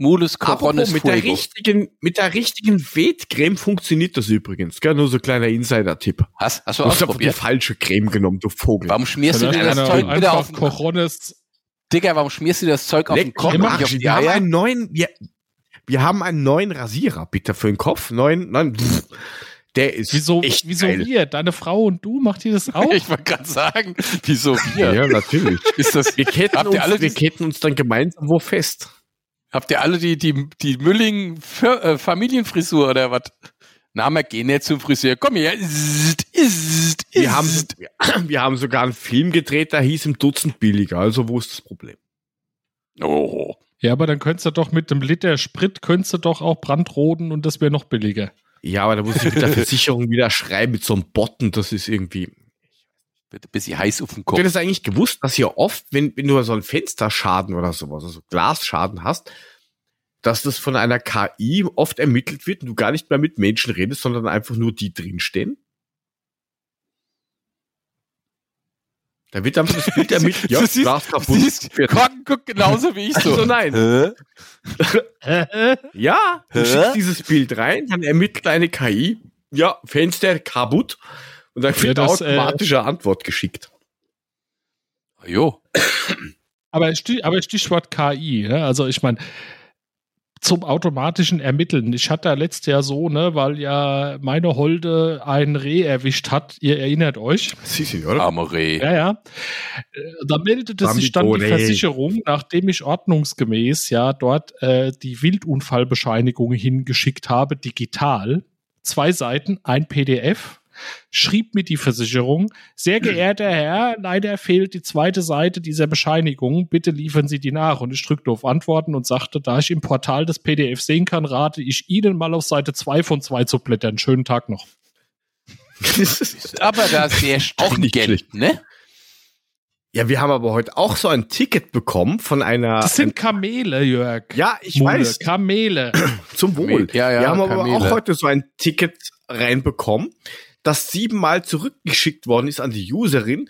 S2: Mules Corones
S4: Apropos, mit der
S2: Fuego.
S4: richtigen, mit der richtigen Wehtcreme funktioniert das übrigens. Gell? Nur so kleiner Insider-Tipp.
S2: Hast, hast du
S4: Du hast einfach die
S2: ausprobiert?
S4: falsche Creme genommen, du Vogel.
S2: Warum schmierst du dir das
S5: Keine
S2: Zeug
S5: Ahnung,
S2: wieder
S5: einfach
S2: auf den Kopf?
S5: Corones
S2: Digga, warum schmierst du dir das Zeug auf den
S4: Leck
S2: Kopf?
S4: mich
S2: und
S4: am
S2: Nicht
S4: Arsch.
S2: auf die
S4: Wir haben
S2: Eier?
S4: einen neuen, wir, wir haben einen neuen Rasierer, bitte, für den Kopf. Neuen, neuen, pff, der ist
S5: Wieso,
S4: echt
S5: wieso
S4: geil.
S5: wir? Deine Frau und du macht ihr das auch?
S2: Ich wollte gerade sagen, wieso wir?
S4: Ja, natürlich.
S2: Ist das,
S4: Wir ketten,
S2: Habt ihr
S4: uns,
S2: alle
S4: wir
S2: dies-
S4: ketten uns dann gemeinsam wo fest.
S2: habt ihr alle die, die, die Mülling Fir- äh, Familienfrisur oder was? Na, wir gehen jetzt zum Friseur. Komm her. Zzt, zzt,
S4: Wir haben,
S2: zzt.
S4: wir haben sogar einen Film gedreht, der hieß im Dutzend billiger. Also wo ist das Problem?
S2: Oh.
S5: Ja, aber dann könntest du doch mit einem Liter Sprit, könntest du doch auch Brandroden und das wäre noch billiger.
S4: Ja, aber da muss ich mit der Versicherung wieder schreiben mit so einem Botten. Das ist irgendwie.
S2: Wird ein bisschen heiß auf den
S4: Habt
S2: Kopf.
S4: ihr das eigentlich gewusst, dass ihr oft, wenn, wenn du so einen Fensterschaden oder sowas, also Glasschaden hast, dass das von einer KI oft ermittelt wird und du gar nicht mehr mit Menschen redest, sondern einfach nur die drinstehen? Da wird einfach das Bild ermittelt, ja,
S2: Du siehst-
S4: Glas kaputt.
S2: Siehst, Korken guckt genauso wie ich so.
S4: Genau. Also nein.
S2: Hä?
S4: Ja, du
S2: Hä?
S4: schickst dieses Bild rein, dann ermittelt eine KI, ja, Fenster kaputt und dann wird
S5: das, äh,
S4: eine automatische Antwort geschickt.
S2: Jo.
S5: Aber, Stich, aber Stichwort KI, ne? also ich meine, zum automatischen Ermitteln. Ich hatte ja letztes Jahr so, ne, weil ja meine Holde ein Reh erwischt hat, ihr erinnert euch.
S4: Sie sind,
S2: Arme Reh.
S5: Ja, ja. Äh, Da meldete sich dann die
S4: Bambidone.
S5: Versicherung, nachdem ich ordnungsgemäß ja dort äh, die Wildunfallbescheinigung hingeschickt habe, digital. Zwei Seiten, ein PDF. Schrieb mir die Versicherung, sehr geehrter Herr, leider fehlt die zweite Seite dieser Bescheinigung, bitte liefern Sie die nach. Und ich drückte auf Antworten und sagte, da ich im Portal des PDF sehen kann, rate ich Ihnen mal auf Seite 2 von 2 zu blättern. Schönen Tag noch.
S2: Aber da sehr stringent,
S4: schlecht.
S2: ne?
S4: Ja, wir haben aber heute auch so ein Ticket bekommen von einer.
S5: Das sind Kamele, Jörg.
S4: Ah, ähm, ja, ich
S5: Mule,
S4: weiß,
S5: Kamele.
S4: zum Wohl.
S2: Kamel- ja, ja,
S4: wir haben aber
S2: Kamele.
S4: auch heute so ein Ticket reinbekommen, das siebenmal zurückgeschickt worden ist an die Userin.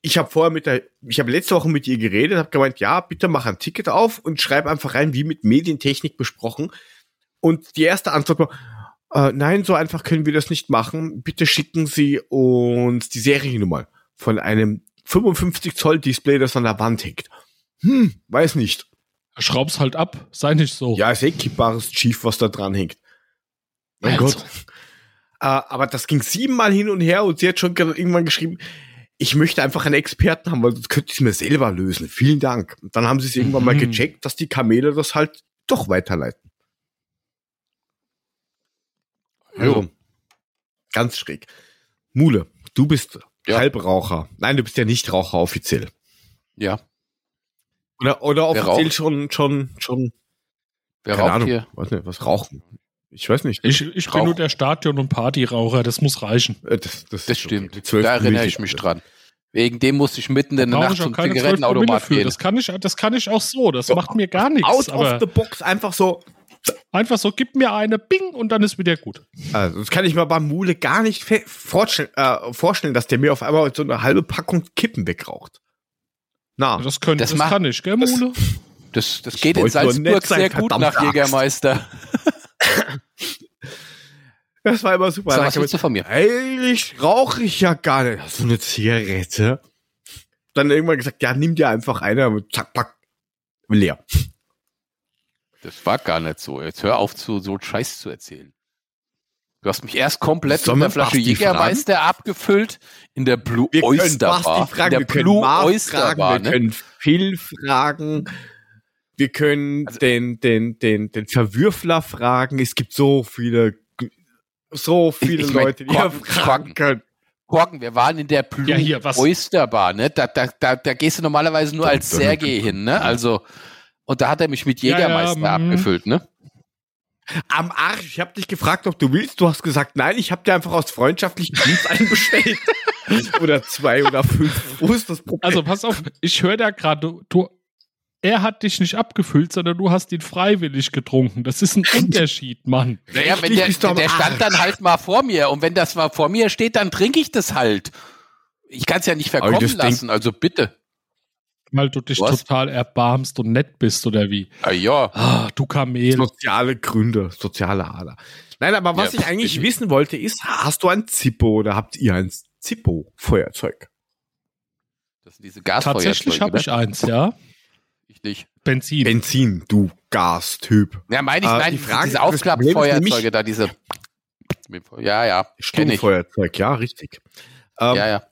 S4: Ich habe vorher mit der, ich habe letzte Woche mit ihr geredet, habe gemeint, ja, bitte mach ein Ticket auf und schreib einfach rein, wie mit Medientechnik besprochen. Und die erste Antwort war, äh, nein, so einfach können wir das nicht machen. Bitte schicken Sie uns die Seriennummer von einem 55 Zoll Display, das an der Wand hängt. Hm, weiß nicht.
S5: Schraub's halt ab, sei nicht so.
S4: Ja, ist eh kippbares Chief, was da dran hängt. Mein
S5: Also.
S4: Gott. Äh, aber das ging siebenmal hin und her und sie hat schon ge- irgendwann geschrieben, ich möchte einfach einen Experten haben, weil sonst könnte ich es mir selber lösen. Vielen Dank. Und dann haben sie es irgendwann mal
S5: Mhm.
S4: gecheckt, dass die Kamele das halt doch weiterleiten.
S2: Jo.
S4: Also, ganz schräg. Mule, du bist
S2: Ja.
S4: Halbraucher. Nein, du bist ja nicht Raucher offiziell.
S2: Ja.
S4: Oder, oder
S2: Wer
S4: offiziell
S2: raucht?
S4: schon, schon, schon
S2: Wer
S4: keine
S2: raucht
S4: Ahnung.
S2: hier?
S4: Weiß nicht, was rauchen? Ich weiß nicht.
S5: Ich, ich bin
S2: Rauch.
S5: nur der Stadion- und Partyraucher, das muss reichen.
S4: Äh, Das, das,
S2: Das
S4: ist okay.
S2: stimmt.
S4: Die 12
S2: Da erinnere
S4: Milch-
S2: ich mich dran. Wegen dem musste ich mitten in der
S5: Brauche
S2: Nacht
S5: ich auch
S2: zum
S5: keine 12 Promille
S2: Zigarettenautomat
S5: für.
S2: gehen.
S5: Das kann, ich, das kann ich auch so, das macht mir gar nichts.
S4: Out of
S5: Aber
S4: the box einfach so.
S5: einfach so, gib mir eine, bing, und dann ist wieder gut.
S4: Also, das kann ich mir bei Mule gar nicht fe- vorstellen, äh, vorstellen, dass der mir auf einmal so eine halbe Packung Kippen wegraucht. Na,
S5: Das, können,
S2: Das
S5: das,
S2: macht-
S5: kann ich, gell, Mule?
S2: Das, das geht in
S4: wollte nur
S2: Salzburg
S4: nett sein,
S2: sehr gut nach
S4: verdammter
S2: Jägermeister.
S4: das war immer super.
S2: So, was
S4: Da dachte ich
S2: willst du von mir?
S4: mir, Eigentlich rauche ich ja gar nicht. Hast du eine Zigarette? Dann irgendwann gesagt, ja, nimm dir einfach eine, und zack, pack, leer.
S2: Das war gar nicht so. Jetzt hör auf, zu, so einen Scheiß zu erzählen. Du hast mich erst komplett
S4: Soll
S2: mit
S4: man
S2: der Flasche
S4: Basti
S2: Jägermeister abgefüllt in der Blue
S4: Wir
S2: Oyster
S4: können Basti
S2: Bar. in
S4: fragen, wir
S2: der
S4: können
S2: Blue
S4: Marv
S2: Oyster
S4: fragen,
S2: Bar.
S4: wir
S2: Ne?
S4: können Phil fragen, wir können
S2: Also
S4: den, den, den, den Verwürfler fragen. Es gibt so viele, so viele
S2: ich mein,
S4: Leute, die wir
S2: Korken-
S4: fragen
S2: Korken.
S4: können.
S2: Korken, wir waren in der Blue
S5: Ja, hier, was?
S2: Oyster Bar. Ne? Da, da, da, da gehst du normalerweise nur als Sergei hin. Ne? Also, und da hat er mich mit
S5: Ja, ja,
S2: Jägermeister
S5: mhm.
S2: abgefüllt. Ne?
S4: Am Arsch, ich habe dich gefragt, ob du willst. Du hast gesagt, nein, ich habe dir einfach aus freundschaftlichen Dienst einen bestellt. oder zwei oder fünf. Wo ist das Problem?
S5: Also pass auf, ich höre da gerade, du, du, er hat dich nicht abgefüllt, sondern du hast ihn freiwillig getrunken. Das ist ein Unterschied, Mann.
S2: Naja, wenn
S4: Rechtlich
S2: der,
S4: bist du am
S2: der
S4: Arsch.
S2: stand dann halt mal vor mir und wenn das mal vor mir steht, dann trinke ich das halt. Ich kann es ja nicht
S4: Aber
S2: verkommen
S4: das Ding-
S2: lassen, also bitte.
S5: Weil du dich
S2: Was?
S5: total erbarmst und nett bist, oder wie?
S2: Ah, ja.
S5: Ah, du Kamel.
S4: soziale Gründe, soziale Ader. Nein, aber was
S2: Ja,
S4: ich eigentlich
S2: definitiv.
S4: wissen wollte, ist, hast du ein Zippo oder habt ihr ein Zippo-Feuerzeug?
S2: Das sind diese Gasfeuerzeuge.
S5: Tatsächlich habe
S2: ne?
S5: ich eins, ja.
S2: ich nicht.
S5: Benzin.
S4: Benzin, du Gastyp.
S2: Ja, meine ich,
S4: Äh,
S2: nein,
S4: die Frage-
S2: diese
S4: das Problem ist für
S2: Aufklappfeuerzeuge
S4: mich-
S2: da, diese. Ja, ja, kenne ich.
S4: Sturmfeuerzeug, ja, richtig. Ähm,
S2: Ja, ja.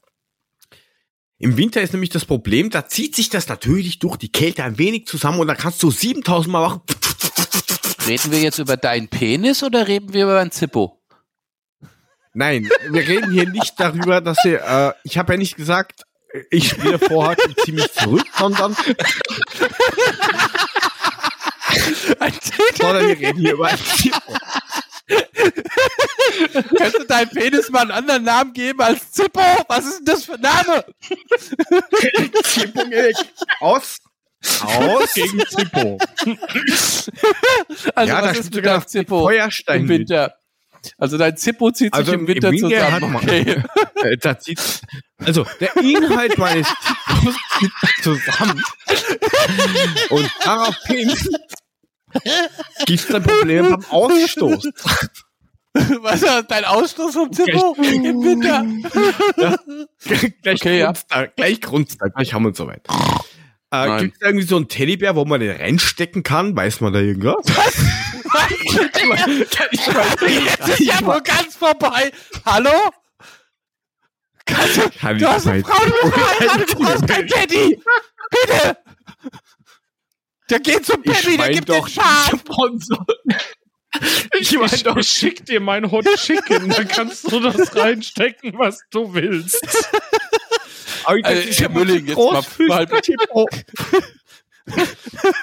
S4: Im Winter ist nämlich das Problem, da zieht sich das natürlich durch die Kälte ein wenig zusammen und dann kannst du 7000 Mal machen.
S2: Reden wir jetzt über deinen Penis oder reden wir über einen Zippo?
S4: Nein, wir reden hier nicht darüber, dass ihr, äh, ich habe ja nicht gesagt, ich spiele vorher ziemlich zurück, sondern, sondern wir reden hier über ein Zippo.
S2: Kannst du deinem Penis mal einen anderen Namen geben als Zippo? Was ist denn das für ein Name?
S4: Zippo Erik. aus. Aus.
S5: Gegen Zippo.
S2: Also,
S4: ja, da
S2: was
S4: steht
S2: ist mit
S4: sogar
S2: deinem
S4: noch die
S2: Zippo
S4: Feuerstein.
S2: im Winter? Also, dein Zippo zieht sich
S4: Also
S2: im Winter
S4: hat
S2: zusammen.
S4: man-
S2: Okay.
S4: Äh, da zieht, also der Inhalt meines Zippos zieht sich zusammen. Und daraufhin gibt es ein Problem beim Ausstoß.
S2: Was ist dein Ausstoß vom Zippo im Winter?
S4: gleich
S2: Okay, ja.
S4: grunzt er, gleich grunzt er, gleich haben wir uns soweit. Äh,
S2: Nein.
S4: Gibt es irgendwie so einen Teddybär, wo man den reinstecken kann? Weiß man da irgendwas?
S2: Jetzt ist ja wohl ganz vorbei. Hallo? Kannst du,
S4: Kann
S2: du hast eine
S4: nicht
S2: Frau, du
S4: sein.
S2: bist verheiratet, du brauchst kein Teddy. Bitte. Der geht zum Baby, der
S4: mein
S2: gibt den
S4: doch
S2: Schaf.
S4: Sponsor. Ich meine
S5: Ich, ich schick dir mein Hot Chicken, dann kannst du das reinstecken, was du willst.
S4: Aber das
S2: Also,
S4: ist
S2: Herr
S4: ja mal
S2: Mülling,
S4: zu
S2: jetzt
S4: groß
S2: mal-
S4: für
S2: mal-
S4: den Zippo.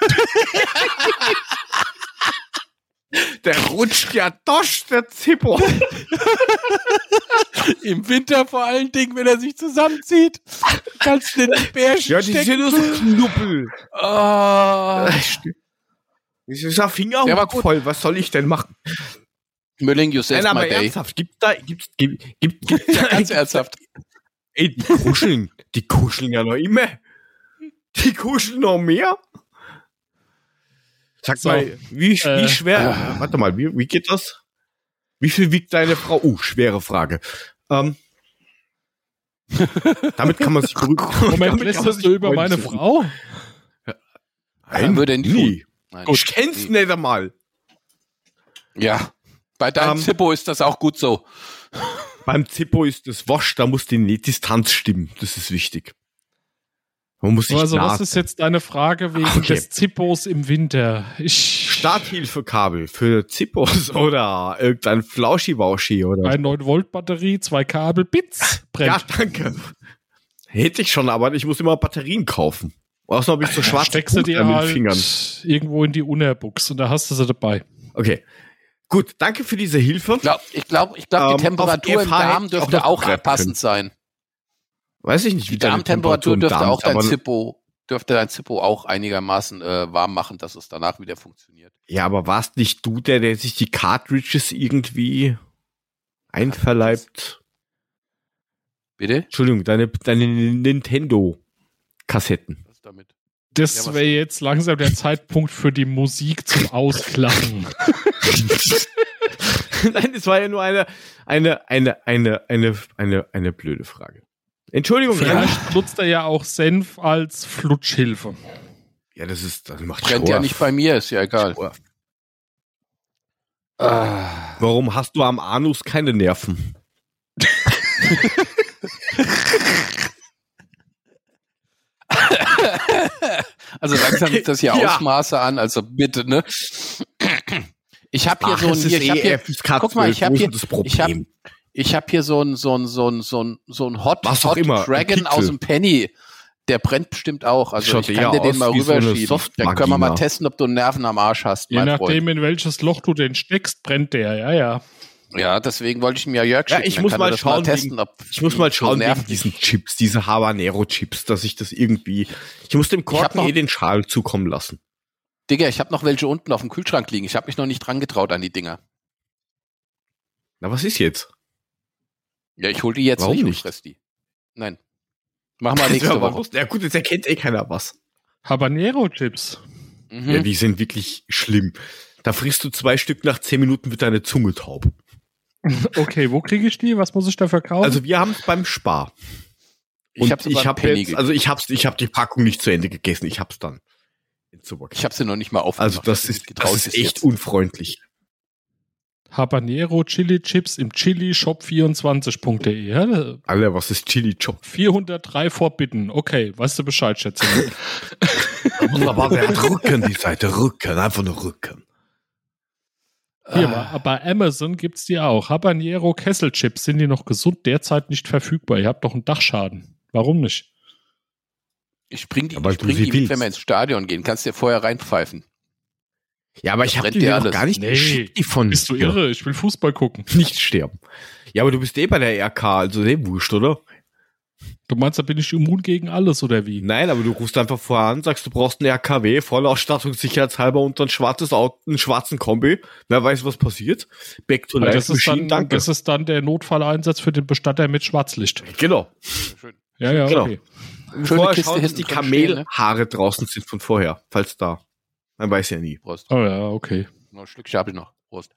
S4: Der rutscht ja dosch, der Zippo.
S2: Im Winter vor allen Dingen, wenn er sich zusammenzieht. Kannst du den Bär
S4: Ja, die sind
S2: stecken.
S4: nur so Knubbel.
S2: Oh.
S4: Ah. Das ist ja Finger
S2: Der war gut.
S4: voll. Was soll ich denn machen?
S2: Mülling, you saved
S4: Nein, aber
S2: my day.
S4: ernsthaft, gibt da, gibt, gibt, gibt, gibt da,
S2: Ganz ernsthaft.
S4: ey, die kuscheln, die kuscheln ja noch immer. Die kuscheln noch mehr. Sag
S5: So,
S4: mal, wie, wie
S5: äh,
S4: schwer, warte mal, wie, wie geht das? Wie viel wiegt deine Frau? Uh, schwere Frage. Ähm, damit kann man sich berühren.
S5: Moment, lässt du über meine Frau?
S4: Nein,
S2: Würde er nicht
S4: nie.
S2: Nein.
S4: Ich kenn's nicht einmal.
S2: Ja. Bei deinem
S4: Ähm,
S2: Zippo ist das auch gut so.
S4: Beim Zippo ist das Wasch, da muss die Distanz stimmen. Das ist wichtig. Man muss sich
S5: Also,
S4: nah
S5: was ist jetzt deine Frage wegen
S4: Ach, Ah, okay.
S5: des Zippos im Winter? Ich.
S4: Starthilfekabel für Zippos oder irgendein Flauschibauschi oder.
S5: Eine 9-Volt-Batterie, zwei Kabel, Bits,
S4: Ja,
S5: brennt.
S4: danke. Hätte ich schon, aber ich muss immer Batterien kaufen. Außerdem habe ich so schwarze
S5: Steckst du
S4: Punkte
S5: dir
S4: an den
S5: halt
S4: Fingern.
S5: irgendwo in die Unerbuchs und da hast du sie dabei.
S4: Okay. Gut, danke für diese Hilfe.
S2: Ich glaube, ich glaub, ich glaub,
S4: Ähm,
S2: die
S4: auf
S2: Temperatur im
S4: GFH hätte
S2: Darm
S4: ich auch
S2: dürfte
S4: noch
S2: auch,
S4: bleiben können.
S2: passend sein.
S4: Weiß ich nicht,
S2: Die
S4: wie deine
S2: Darmtemperatur
S4: im
S2: dürfte
S4: Darm
S2: auch
S4: ist, aber-
S2: dein Zippo, dürfte dein Zippo auch einigermaßen äh, warm machen, dass es danach wieder funktioniert.
S4: Ja, aber warst nicht du der, der sich die Cartridges irgendwie einverleibt?
S2: Bitte?
S4: Entschuldigung, deine, deine Nintendo-Kassetten.
S2: Das ist damit. Ja,
S5: Das
S2: was-
S5: wäre jetzt langsam der Zeitpunkt für die Musik zum Ausklappen.
S4: Nein, das war ja nur eine, eine, eine, eine, eine, eine, eine blöde Frage. Entschuldigung, ja,
S5: Vielleicht nutzt er ja auch Senf als Flutschhilfe.
S4: ja das ist, das macht
S2: Brennt ja nicht bei mir, ist ja egal.
S4: Schorf.
S2: Ah,
S4: Warum hast du am Anus keine Nerven?
S2: also langsam ist das hier
S4: Ja.
S2: Ausmaße an, also bitte, ne? Ich habe hier so ein, hier, ich
S4: eh
S2: habe
S4: E
S2: hier, guck mal, ich hab hier-
S4: das
S2: ich hab- ich hab hier so ein, so ein, so ein, so ein, so ein Hot,
S4: Was auch
S2: Hot
S4: immer, ein
S2: Dragon
S4: Pixel.
S2: aus dem Penny. Der brennt bestimmt auch. Also
S4: Schaut
S2: ich
S4: eher
S2: kann dir den
S4: aus
S2: mal
S4: wie so eine
S2: rüberschieben. Dann können wir mal
S4: Softmagina.
S2: testen, ob du einen Nerven am Arsch hast,
S5: Je
S2: mein Freund.
S5: nachdem, in welches Loch du den steckst, brennt der. Ja, ja.
S2: Ja, deswegen wollte ich mir Jörg
S4: Ja,
S2: schicken.
S4: ich
S2: Dann
S4: muss
S2: kann
S4: mal
S2: er das
S4: schauen,
S2: testen,
S4: wegen-
S2: ob
S4: ich muss mal
S2: so
S4: schauen wegen
S2: Nerven-
S4: diesen Chips, diese Habanero-Chips, dass ich das irgendwie. Ich muss dem
S2: hab
S4: Korken
S2: noch-
S4: eh den Schal zukommen lassen.
S2: Digga, ich habe noch welche unten auf dem Kühlschrank liegen. Ich habe mich noch nicht dran getraut an die Dinger.
S4: Na, was ist jetzt?
S2: Ja, ich hol die jetzt
S4: Warum
S2: nicht, und
S4: nicht?
S2: fress die. Nein. Mach mal nächste
S4: ja,
S2: Woche.
S4: Ja gut, jetzt erkennt eh keiner was.
S5: Habanero-Chips.
S2: Mhm.
S4: Ja, die sind wirklich schlimm. Da frisst du zwei Stück, nach zehn Minuten wird deine Zunge taub.
S5: Okay, wo kriege ich die? Was muss ich dafür kaufen?
S4: Also wir haben es beim Spar.
S2: ich habe
S4: ich hab jetzt,
S2: also,
S4: also ich hab's, ich habe die Packung nicht zu Ende gegessen. Ich hab's dann.
S2: ich habe sie noch nicht mal aufgemacht.
S4: also
S2: Ich
S4: das
S2: hab
S4: ist,
S2: mich getraut,
S4: das ist
S2: bis
S4: echt
S2: jetzt.
S4: unfreundlich.
S5: Habanero-Chili-Chips im Chili-Shop24.de. Ja,
S4: Alter, was ist Chili Chop?
S5: 403 Forbidden. Okay, weißt du Bescheid, Schätzchen.
S4: Wunderbar, der hat Rücken, die Seite. Rücken, einfach nur Rücken.
S5: Hier,
S2: Ah,
S4: Ah.
S5: mal, bei Amazon gibt's die auch. Habanero Kesselchips sind die noch gesund, derzeit nicht verfügbar. Ihr habt doch einen Dachschaden. Warum nicht?
S2: Ich bring die,
S4: Aber
S2: ich
S4: du
S2: bring
S4: sie
S2: die
S4: willst.
S2: wenn wir ins Stadion gehen. Kannst dir vorher reinpfeifen.
S4: Ja, aber
S2: Das
S4: ich habe
S2: brennt
S4: die
S2: dir
S4: dir
S2: alles.
S4: noch gar nicht
S5: Nee.
S4: geschickt, die von
S5: Bist du
S4: dir.
S5: irre? Ich will Fußball gucken.
S4: Nicht sterben. Ja, aber du bist eh bei der RK, also eh wurscht, oder?
S5: Du meinst, da bin ich immun gegen alles oder wie?
S4: Nein, aber du rufst einfach vorher an, sagst, du brauchst einen RKW, Vollausstattung, sicherheitshalber und ein schwarzes Auto, einen schwarzen Kombi. Wer weiß, was passiert. Back to
S5: Weil
S4: life
S5: das, ist
S4: Machine,
S5: dann,
S4: danke.
S5: das ist dann der Notfalleinsatz für den Bestatter mit Schwarzlicht.
S4: genau.
S5: Ja, ja,
S4: Genau.
S5: okay.
S4: Vorher
S2: Kiste
S4: schauen, dass
S2: hinten
S4: die
S2: drin stehen, ne?
S4: Kamelhaare draußen sind von vorher, falls da. Man weiß ja nie.
S2: Prost.
S5: Oh ja, okay.
S2: Noch ein Schlückchen habe ich noch. Prost.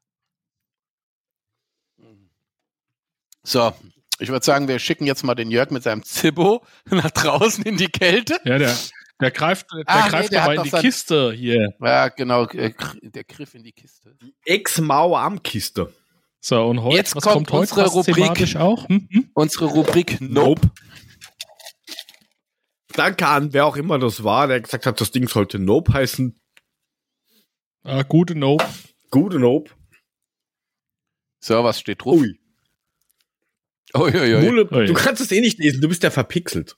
S2: So, ich würde sagen, wir schicken jetzt mal den Jörg mit seinem Zibbo nach draußen in die Kälte.
S5: Ja, der, der greift, der
S2: Ah, nee,
S5: greift
S2: der hat
S5: aber in
S2: noch
S5: die
S2: sein-
S5: Kiste hier.
S2: Ja, genau, äh, gr- der Griff in die Kiste.
S4: Ex-Mauer-Armkiste.
S5: So, und heute,
S2: Jetzt kommt unsere
S5: Passt
S2: Rubrik.
S5: thematisch auch? Hm? Hm?
S2: Unsere Rubrik Nope.
S4: Danke an wer auch immer das war, der gesagt hat, das Ding sollte Nope heißen.
S5: Ah, gute Nope.
S4: Gute Nope.
S2: So, was steht drauf?
S4: Ui.
S2: Uiuiui.
S4: Mule,
S5: Ui.
S4: du kannst es eh nicht lesen, du bist ja verpixelt.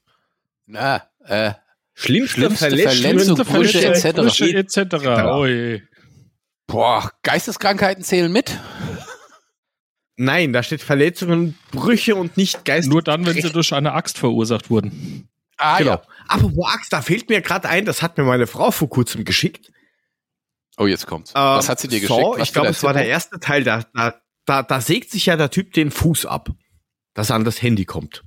S2: Na, äh,
S4: Schlimmste,
S2: Schlimmste
S4: Verletzungen,
S2: Verletzung, Brüche,
S4: Brüche,
S2: etc.
S5: Brüche etc. Oh, je.
S2: boah, Geisteskrankheiten zählen mit?
S4: Nein, da steht Verletzungen, Brüche und nicht Geist.
S5: Nur dann, wenn sie durch eine Axt verursacht wurden.
S2: Ah,
S4: genau.
S2: ja.
S4: Aber wo Axt, da fehlt mir gerade ein, das hat mir meine Frau vor kurzem geschickt.
S2: Oh, jetzt kommt's.
S4: Ähm,
S2: was hat sie dir
S4: Saw,
S2: geschickt? Was
S4: ich glaube,
S2: für
S4: es war der
S2: Tipp?
S4: erste Teil, da, da, da, da sägt sich ja der Typ den Fuß ab, dass er an das Handy kommt.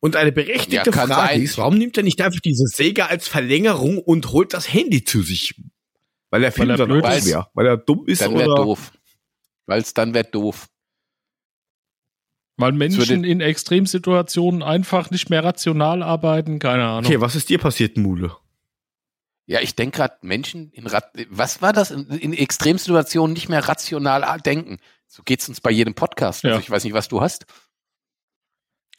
S4: Und eine berechtigte
S2: Ja, kann
S4: Frage
S2: sein.
S4: ist, warum nimmt er nicht einfach diese Säge als Verlängerung und holt das Handy zu sich? Weil er Film
S5: er
S4: dann
S5: blöd
S4: auch
S2: ist.
S4: wäre. Weil er dumm ist
S2: Dann wär
S4: oder
S2: doof. Weil's dann wär doof.
S5: Weil Menschen
S2: würde-
S5: in Extremsituationen einfach nicht mehr rational arbeiten, keine Ahnung.
S4: Okay, was ist dir passiert, Mule?
S2: Ja, ich denke gerade, Menschen in Rat was war das? In, in Extremsituationen nicht mehr rational a- denken. So geht's uns bei jedem Podcast.
S5: Ja.
S2: Also ich weiß nicht, was du hast.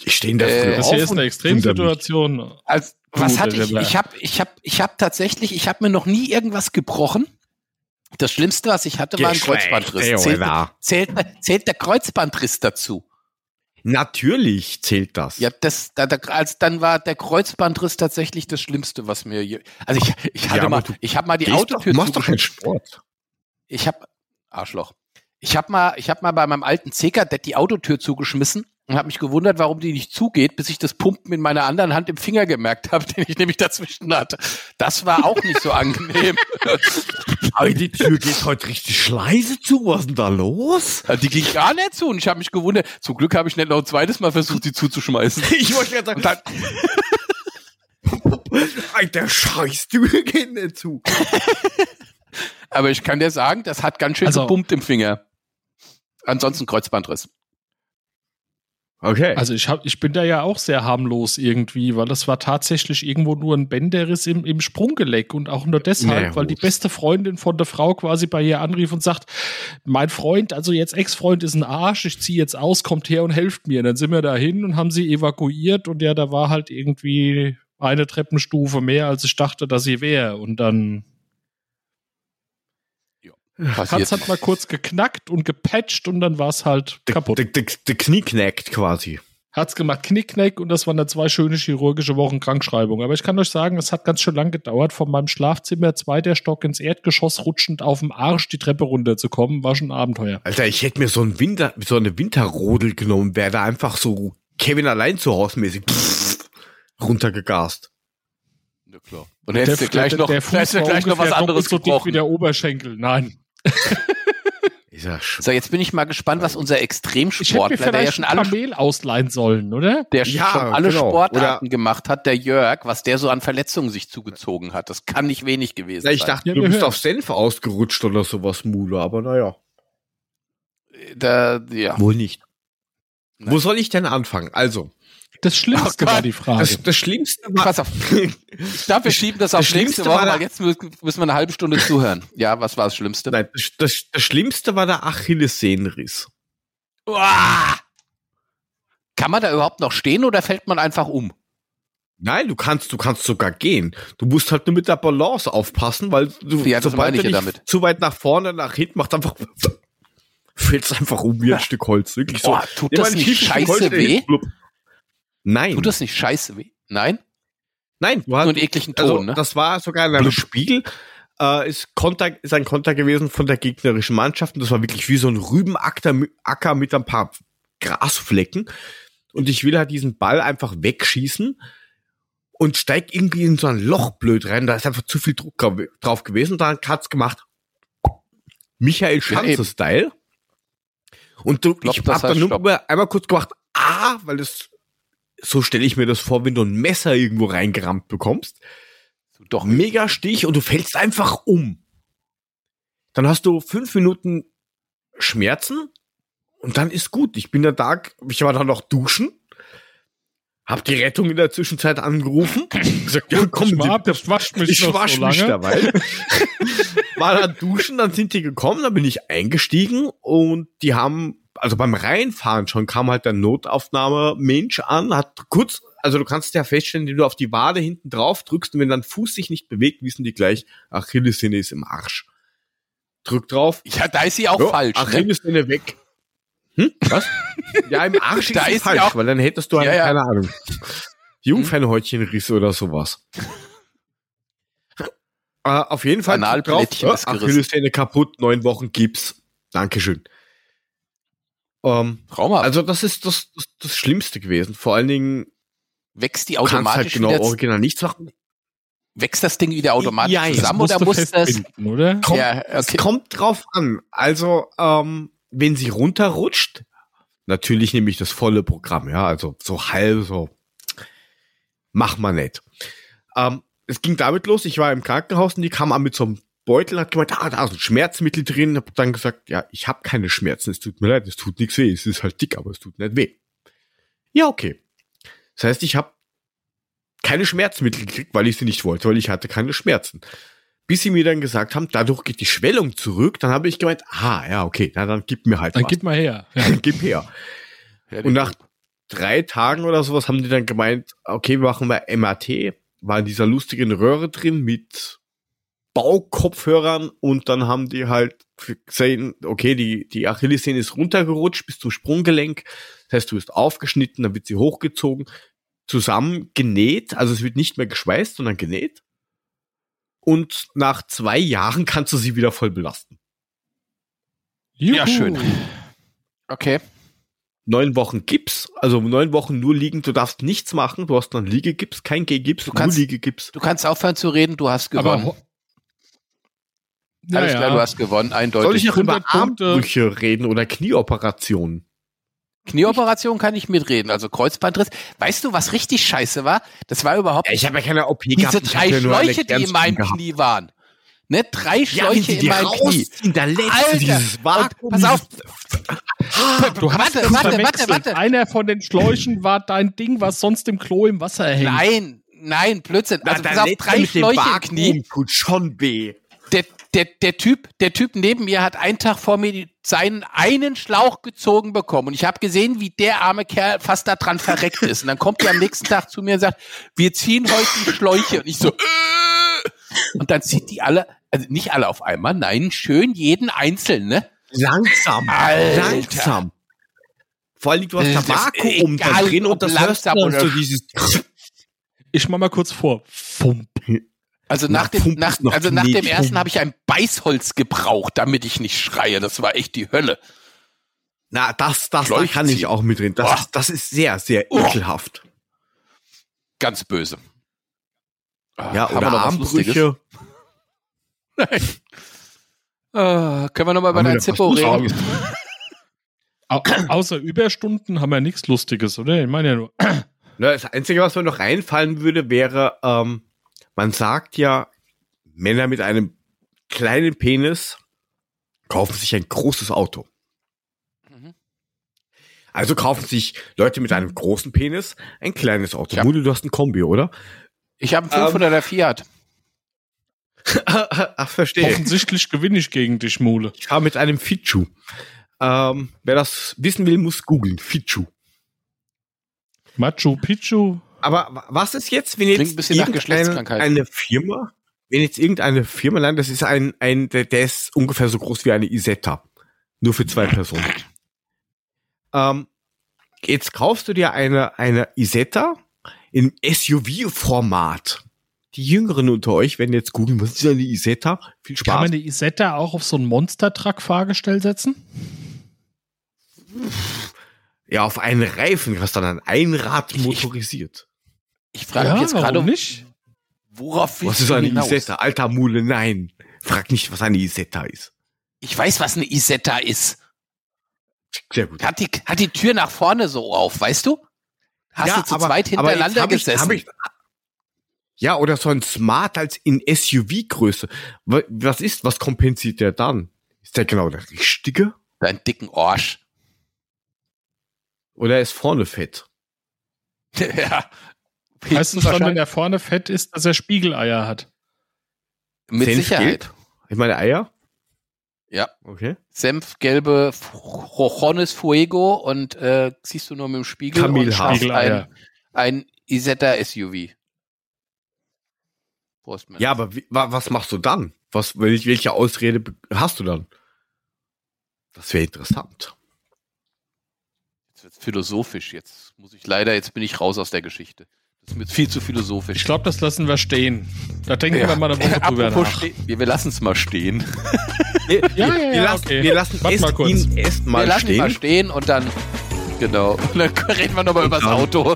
S4: Ich stehe in der
S2: Äh,
S4: Früh
S5: das
S4: auf
S5: hier ist eine
S4: und-
S5: Extremsituation.
S2: Also, was
S5: Gute
S2: hatte ich?
S5: Rebbe.
S2: Ich habe ich hab, ich hab tatsächlich, ich habe mir noch nie irgendwas gebrochen. Das Schlimmste, was ich hatte, war ein
S4: Geschlecht, ey,
S2: Kreuzbandriss. Zählt,
S4: Alter.
S2: zählt, zählt der Kreuzbandriss dazu?
S4: Natürlich zählt das.
S2: Ja, das, da, da, als dann war der Kreuzbandriss tatsächlich das Schlimmste, was mir je, also ich, ich hatte
S4: Ja, aber
S2: mal,
S4: du
S2: ich habe mal die
S4: Gehst
S2: Autotür
S4: doch, machst doch keinen
S2: zugeschnitten.
S4: Sport.
S2: Ich habe Arschloch. Ich habe mal, ich habe mal bei meinem alten Zekadett die Autotür zugeschmissen und habe mich gewundert, warum die nicht zugeht, bis ich das Pumpen in meiner anderen Hand im Finger gemerkt habe, den ich nämlich dazwischen hatte. Das war auch nicht so angenehm.
S4: Aber die Tür geht heute richtig leise zu. Was ist denn da los?
S2: Also die ging gar nicht zu und ich habe mich gewundert. Zum Glück habe ich nicht noch ein zweites Mal versucht, sie zuzuschmeißen.
S4: Ich wollte gerade sagen, Alter Scheiß, du gehen nicht zu.
S2: Aber ich kann dir sagen, das hat ganz schön
S5: Also-
S2: gebummt im Finger. Ansonsten Kreuzbandriss.
S4: Okay.
S5: Also ich, hab, ich bin da ja auch sehr harmlos irgendwie, weil das war tatsächlich irgendwo nur ein Bänderriss im, im Sprunggelenk und auch nur deshalb,
S4: Nee,
S5: weil die
S4: gut.
S5: beste Freundin von der Frau quasi bei ihr anrief und sagt, mein Freund, also jetzt Ex-Freund ist ein Arsch, ich ziehe jetzt aus, kommt her und helft mir. Dann sind wir da hin und haben sie evakuiert und ja, da war halt irgendwie eine Treppenstufe mehr, als ich dachte, dass sie wäre. Und dann
S2: Passiert.
S5: hat's halt mal kurz geknackt und gepatcht und dann war es halt
S4: der,
S5: kaputt.
S4: der, der, der Knie knackt quasi.
S5: Hat's gemacht, Knickknack und das waren dann zwei schöne chirurgische Wochen Krankschreibung. Aber ich kann euch sagen, es hat ganz schön lang gedauert, von meinem Schlafzimmer zweiter Stock ins Erdgeschoss rutschend auf dem Arsch die Treppe runterzukommen, war schon ein Abenteuer.
S4: Alter, ich hätte mir so, einen Winter, so eine Winterrodel genommen, wäre da einfach so Kevin allein zu Hause mäßig pff, runtergegast.
S2: Na klar. Und dann hättest du gleich noch,
S5: der
S2: dann hättest
S5: Fuß
S2: du
S5: war
S2: gleich noch was
S5: ungefähr doppelt
S2: anderes
S5: so dick wie
S2: gebrochen.
S5: der Oberschenkel. Nein.
S4: Ist ja sch
S2: So, jetzt bin ich mal gespannt, was unser
S5: Ich hätte mir
S2: Extremsportler, der ja
S5: vielleicht
S2: schon
S5: ein
S2: alle,
S5: Kamel ausleihen sollen, oder?
S2: der
S4: Ja,
S2: schon alle
S4: genau.
S2: Sportarten
S4: Oder-
S2: gemacht hat, der Jörg, was der so an Verletzungen sich zugezogen hat. Das kann nicht wenig gewesen
S4: Ja, ich
S2: sein.
S4: dachte,
S5: Ja,
S4: du
S5: wir
S4: bist
S5: hören.
S4: auf Senf ausgerutscht oder sowas, Mule, aber naja.
S2: Da, ja.
S4: Wohl nicht.
S2: Nein.
S4: Wo soll ich denn anfangen? Also,
S5: Das Schlimmste
S2: Oh Gott,
S5: war die Frage.
S4: das, das Schlimmste war.
S2: Pass auf. Ich glaube, wir schieben das auf
S4: das
S2: nächste
S4: Schlimmste
S2: Woche,
S4: war da-
S2: weil jetzt mü- müssen wir eine halbe Stunde zuhören. Ja, was war das Schlimmste?
S4: Nein, das, das, das Schlimmste war der Achillessehnenriss.
S2: Uah! Kann man da überhaupt noch stehen oder fällt man einfach um?
S4: Nein, du kannst, du kannst sogar gehen. Du musst halt nur mit der Balance aufpassen, weil du
S2: Ja, das meine ich
S4: du
S2: ja
S4: dich
S2: damit.
S4: zu weit nach vorne, nach hinten macht einfach fällst einfach um wie ein Stück Holz, wirklich so.
S2: Boah, tut das nicht scheiße weh?
S4: Nein,
S2: Tut das nicht scheiße weh? Nein?
S4: nein, du hast,
S2: Nur einen ekligen Ton,
S4: also,
S2: ne?
S4: das war sogar in einem Spiegel. Äh, ist, Konter, ist ein Konter gewesen von der gegnerischen Mannschaft und das war wirklich wie so ein Rübenacker mi- Acker mit ein paar Grasflecken. Und ich will halt diesen Ball einfach wegschießen und steig irgendwie in so ein Loch blöd rein. Da ist einfach zu viel Druck gra- drauf gewesen. Und dann hat's gemacht. Michael
S2: eben.
S4: Schanze-Style. Und du,
S2: Klopp,
S4: ich
S2: das
S4: hab dann
S2: heißt
S4: nur
S2: Stopp.
S4: mal einmal kurz gemacht, ah, weil das, so stelle ich mir das vor, wenn du ein Messer irgendwo reingerammt bekommst
S2: Doch.
S4: mega Stich und du fällst einfach um. Dann hast du fünf Minuten Schmerzen und dann ist gut. Ich bin da da, ich war dann noch duschen, hab die Rettung in der Zwischenzeit angerufen, gesagt, ja,
S5: ich
S4: komm,
S5: mal ab, ich wasch mich
S4: ich
S5: noch
S4: wasch
S5: so lange.
S4: mich dabei. War dann duschen, dann sind die gekommen, dann bin ich eingestiegen und die haben, also beim Reinfahren schon kam halt der Notaufnahme-Mensch an, hat kurz, also du kannst ja feststellen, wenn du auf die Wade hinten drauf drückst und wenn dein Fuß sich nicht bewegt, wissen die gleich, Achillessehne ist im Arsch. Drück drauf.
S2: Ja, da ist sie auch
S4: ja,
S2: falsch. Ne?
S4: Achillessehne weg. Hm? Was? ja, im Arsch
S2: Da
S4: ist, sie
S2: ist sie
S4: falsch,
S2: auch-
S4: weil dann hättest du
S2: Ja,
S4: eine,
S2: ja.
S4: keine Ahnung. Jungfernhäutchenriss oder sowas. äh, auf jeden Fall Ah,
S2: Analplättchen ist gerissen.
S4: Achillessehne kaputt, neun Wochen Gips. Dankeschön. Ähm,
S2: Trauma. Also,
S4: also das ist das, das, das Schlimmste gewesen. Vor allen Dingen
S2: wächst die
S4: du kannst halt
S2: automatisch
S4: genau
S2: wieder,
S4: original nichts machen.
S2: wächst das Ding wieder automatisch
S4: Ja, ja.
S2: zusammen
S5: Musst
S2: oder
S5: du
S2: muss das?
S5: festbinden, oder?
S4: Komm,
S2: Ja,
S4: Es
S2: okay.
S4: kommt drauf an. Also, ähm, wenn sie runterrutscht, natürlich nehme ich das volle Programm, ja, also so halb, so mach mal nicht. Ähm, es ging damit los, ich war im Krankenhaus und die kam an mit so einem Beutel und hat gemeint, ah, da ist ein Schmerzmittel drin. Hab dann gesagt, ja, ich habe keine Schmerzen, es tut mir leid, es tut nichts weh, es ist halt dick, aber es tut nicht weh. Ja, okay. Das heißt, ich habe keine Schmerzmittel gekriegt, weil ich sie nicht wollte, weil ich hatte keine Schmerzen. Bis sie mir dann gesagt haben, dadurch geht die Schwellung zurück, dann habe ich gemeint, ah, ja, okay, na, dann gib mir halt
S5: Dann
S4: was.
S5: gib mal her. Ja.
S4: Dann gib her.
S2: Ja,
S4: Und nach drei Tagen oder sowas haben die dann gemeint, okay, wir machen mal MAT, war in dieser lustigen Röhre drin mit Baukopfhörern und dann haben die halt gesehen, okay, die, die Achillessehne ist runtergerutscht bis zum Sprunggelenk. Das heißt, du bist aufgeschnitten, dann wird sie hochgezogen, zusammen genäht, also es wird nicht mehr geschweißt, sondern genäht. Und nach zwei Jahren kannst du sie wieder voll belasten.
S2: Ja, schön. Okay.
S4: neun Wochen Gips, also neun Wochen nur liegen, du darfst nichts machen, du hast dann Liegegips, kein Gehgips,
S2: Du
S4: du
S2: kannst-
S4: nur Liegegips.
S2: Du kannst aufhören zu reden, du hast
S5: Aber
S2: gewonnen.
S5: ho- Ja,
S2: Alles klar,
S5: ja.
S2: du hast gewonnen,
S4: Soll
S2: eindeutig.
S4: ich noch über
S5: 100 Punkte.
S4: Armbrüche reden oder Knieoperationen?
S2: Knieoperation kann ich mitreden, also Kreuzbandriss. Weißt du, was richtig scheiße war? Das war überhaupt
S4: Ja, ich habe ja keine OP gehabt.
S2: diese
S4: ich hab
S2: drei
S4: ja nur eine
S2: Schläuche, die
S4: ganz
S2: in meinem
S4: gehabt.
S2: Knie waren. Ne, drei
S4: Ja, wenn
S2: Schläuche
S4: die
S2: in
S4: dir
S2: meinem Knie.
S4: rausziehen, da lässt
S2: Alter,
S4: du dieses Vakuum.
S2: und pass auf.
S4: Ah,
S5: Du hast
S2: warte,
S5: das
S2: warte, warte,
S5: verwechselt.
S2: warte.
S5: Einer von den Schläuchen war dein Ding, was sonst im Klo im Wasser hängt.
S2: Nein, nein, Blödsinn.
S4: Na,
S2: Also
S4: da
S2: pass auf,
S4: lässt du
S2: drei
S4: mit dem
S2: Schläuche im
S4: Vakuum
S2: Knie.
S4: Tut schon weh.
S2: Der, der, der, typ, der Typ neben mir hat einen Tag vor mir die- seinen einen Schlauch gezogen bekommen. Und ich habe gesehen, wie der arme Kerl fast da dran verreckt ist. Und dann kommt er am nächsten Tag zu mir und sagt, wir ziehen heute die Schläuche. Und ich so, äh. Und dann zieht die alle, also nicht alle auf einmal, nein, schön jeden einzeln, ne?
S4: Langsam.
S2: Alter.
S4: Langsam. Äh, Vor allem, du hast
S2: Das
S4: da
S2: ist
S4: Vakuum da
S2: egal,
S4: drin
S2: ob
S4: und das hörst du
S2: langsam
S4: dann
S2: oder
S4: so dieses
S5: Ich mach mal kurz vor. Fump.
S2: Also
S4: Na,
S2: nach, dem,
S4: Pump
S2: nach,
S4: ist noch
S2: also nach dem
S4: gnädig.
S2: ersten habe ich ein Beißholz gebraucht, damit ich nicht schreie. Das war echt die Hölle.
S4: Na, das, das, da
S2: Leuchtet
S4: kann ich
S2: sie.
S4: auch mitreden.
S2: Boah. Oh.
S4: Das, ist- das ist sehr, sehr
S2: Boah.
S4: ekelhaft.
S2: Ganz böse. Ah,
S4: Ja,
S2: haben
S4: oder
S2: wir noch was Lustiges?
S4: Armbrüche.
S2: Ah, können wir nochmal über
S4: Haben wir
S2: dein
S4: da
S2: Zippo
S4: was
S2: reden?
S4: Lustiges?
S5: Au außer Überstunden haben wir nichts Lustiges, oder? Ich meine ja nur.
S4: Na, Ne, das Einzige, was mir noch einfallen würde, wäre, ähm, man sagt ja, Männer mit einem kleinen Penis kaufen sich ein großes Auto.
S2: Mhm.
S4: Also kaufen sich Leute mit einem großen Penis ein kleines Auto.
S2: Ja.
S4: Mude, du hast ein Kombi, oder?
S2: Ich habe einen 500er Fiat.
S4: Ach, verstehe.
S5: Offensichtlich gewinne ich gegen dich, Mule.
S4: Ich fahre mit einem Fidschu. Ähm, wer das wissen will, muss googeln. Fidschu.
S5: Machu Picchu.
S4: Aber wa- was ist jetzt, wenn jetzt
S2: Klingt ein bisschen nach Geschlechtskrankheit.
S4: eine Firma, wenn jetzt irgendeine Firma, nein, das ist ein, ein der, der ist ungefähr so groß wie eine Isetta. Nur für zwei Personen. Ähm, jetzt kaufst du dir eine, eine Isetta im SUV-Format. Die Jüngeren unter euch werden jetzt googeln, was ist eine Isetta? Viel Spaß.
S5: Kann man die Isetta auch auf so ein Monster-Truck-Fahrgestell setzen?
S4: ja, auf einen Reifen, was dann an ein Rad motorisiert.
S2: Ich frage mich jetzt gerade, um
S5: nicht?
S2: worauf
S4: Was
S2: willst
S4: ist
S2: du
S4: eine
S5: genau.
S2: hinaus?
S4: Isetta? Alter Mule, nein. Frag nicht, was eine Isetta ist.
S2: Ich weiß, was eine Isetta ist.
S4: Sehr gut.
S2: Hat die, hat die Tür nach vorne so auf, weißt du? Hast
S4: Ja,
S2: du zu
S4: aber-
S2: zweit
S4: aber jetzt
S2: hintereinander
S4: hab ich-
S2: gesessen?
S4: hab ich- ja, oder so ein Smart als in SUV-Größe. Wa- Was ist, was kompensiert der dann? Ist der genau der richtige?
S2: Deinen dicken Orsch.
S4: Oder er ist vorne fett?
S2: ja.
S5: Meistens dann, wenn
S2: Wahrscheinlich.
S5: er vorne fett ist, dass er Spiegeleier hat.
S2: Mit
S4: Senf
S2: Sicherheit.
S4: gilt? Ich meine Eier?
S2: Ja.
S4: Okay.
S2: Senfgelbe Rojones Fuego und äh, siehst du nur mit dem Spiegel und
S4: Kamelhaar.
S2: schaffst
S5: Spiegeleier.
S2: ein, ein Isetta SUV. Prost, Mann.
S4: Ja, aber wie, wa, was machst du dann? Was, welch- welche Ausrede be- hast du dann? Das wäre interessant.
S2: Jetzt wird's philosophisch. Jetzt muss ich leider, jetzt bin ich raus aus der Geschichte. Das ist mir viel zu
S5: Ich
S2: philosophisch.
S5: glaube, das lassen wir stehen. Da denken wir mal eine Woche drüber
S2: Apropos
S5: nach.
S2: ste- wir, wir lassen es mal stehen.
S4: Wir,
S5: ja, ja,
S4: wir lassen,
S5: okay.
S4: wir lassen
S5: Warte
S4: es,
S5: mal kurz.
S4: ihn erst mal
S2: wir lassen ihn
S4: stehen.
S2: mal stehen und dann, genau, und dann reden wir nochmal über das
S4: dann-
S2: Auto.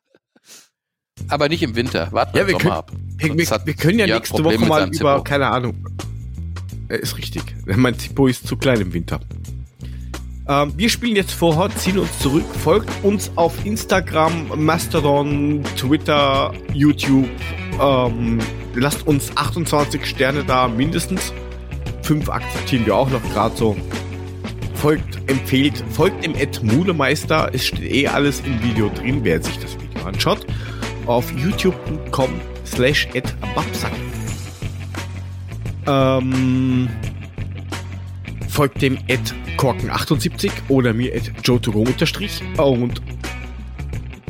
S2: Aber nicht im Winter. Warten
S4: Ja, wir
S2: wir Sommer ab.
S4: Hey, wir,
S2: Sonst hat
S4: wir können ja
S2: Jan
S4: nächste
S2: Probleme
S4: Woche
S2: mit
S4: mal
S2: seinem
S4: über,
S2: Zippo.
S4: keine Ahnung. Äh, Ist richtig. Mein Zippo ist zu klein im Winter. Ähm, wir spielen jetzt vorher, ziehen uns zurück. Folgt uns auf Instagram, Mastodon, Twitter, YouTube. Ähm, lasst uns 28 Sterne da, mindestens. Fünf akzeptieren wir auch noch gerade so. Folgt, empfehlt, folgt dem Ed Mulemeister. Es steht eh alles im Video drin, wer sich das Video anschaut auf youtube.com slash babsack. Ähm, folgt dem at korken78 oder mir at joetogo unterstrich und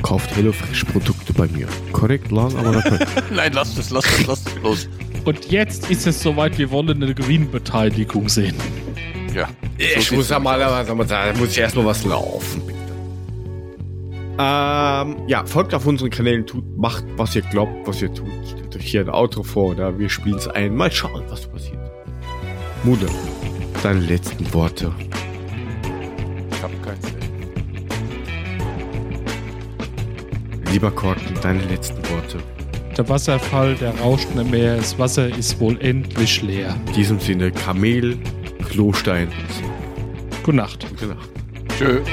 S4: kauft HelloFresh Produkte bei mir. Korrekt, lang, aber dafür.
S2: Nein, lasst es, lasst es, lasst es los.
S5: Und jetzt ist es soweit, wir wollen eine Gewinnbeteiligung sehen.
S2: Ja.
S4: ich muss ja mal, da muss ich erstmal was laufen. bitte. Ähm, ja, folgt auf unseren Kanälen, tut, macht, was ihr glaubt, was ihr tut. Stellt euch hier ein Outro vor oder wir spielen es ein. Mal schauen, was passiert. Mude, deine letzten Worte.
S2: Ich hab keinen Sinn.
S4: Lieber Korken, deine letzten Worte.
S5: Der Wasserfall, der rauscht nicht mehr. Das Wasser ist wohl endlich leer.
S4: In diesem Sinne, Kamel, Klostein. Genau.
S5: Gute Nacht.
S4: Gute Nacht.
S2: Tschüss. Tschö.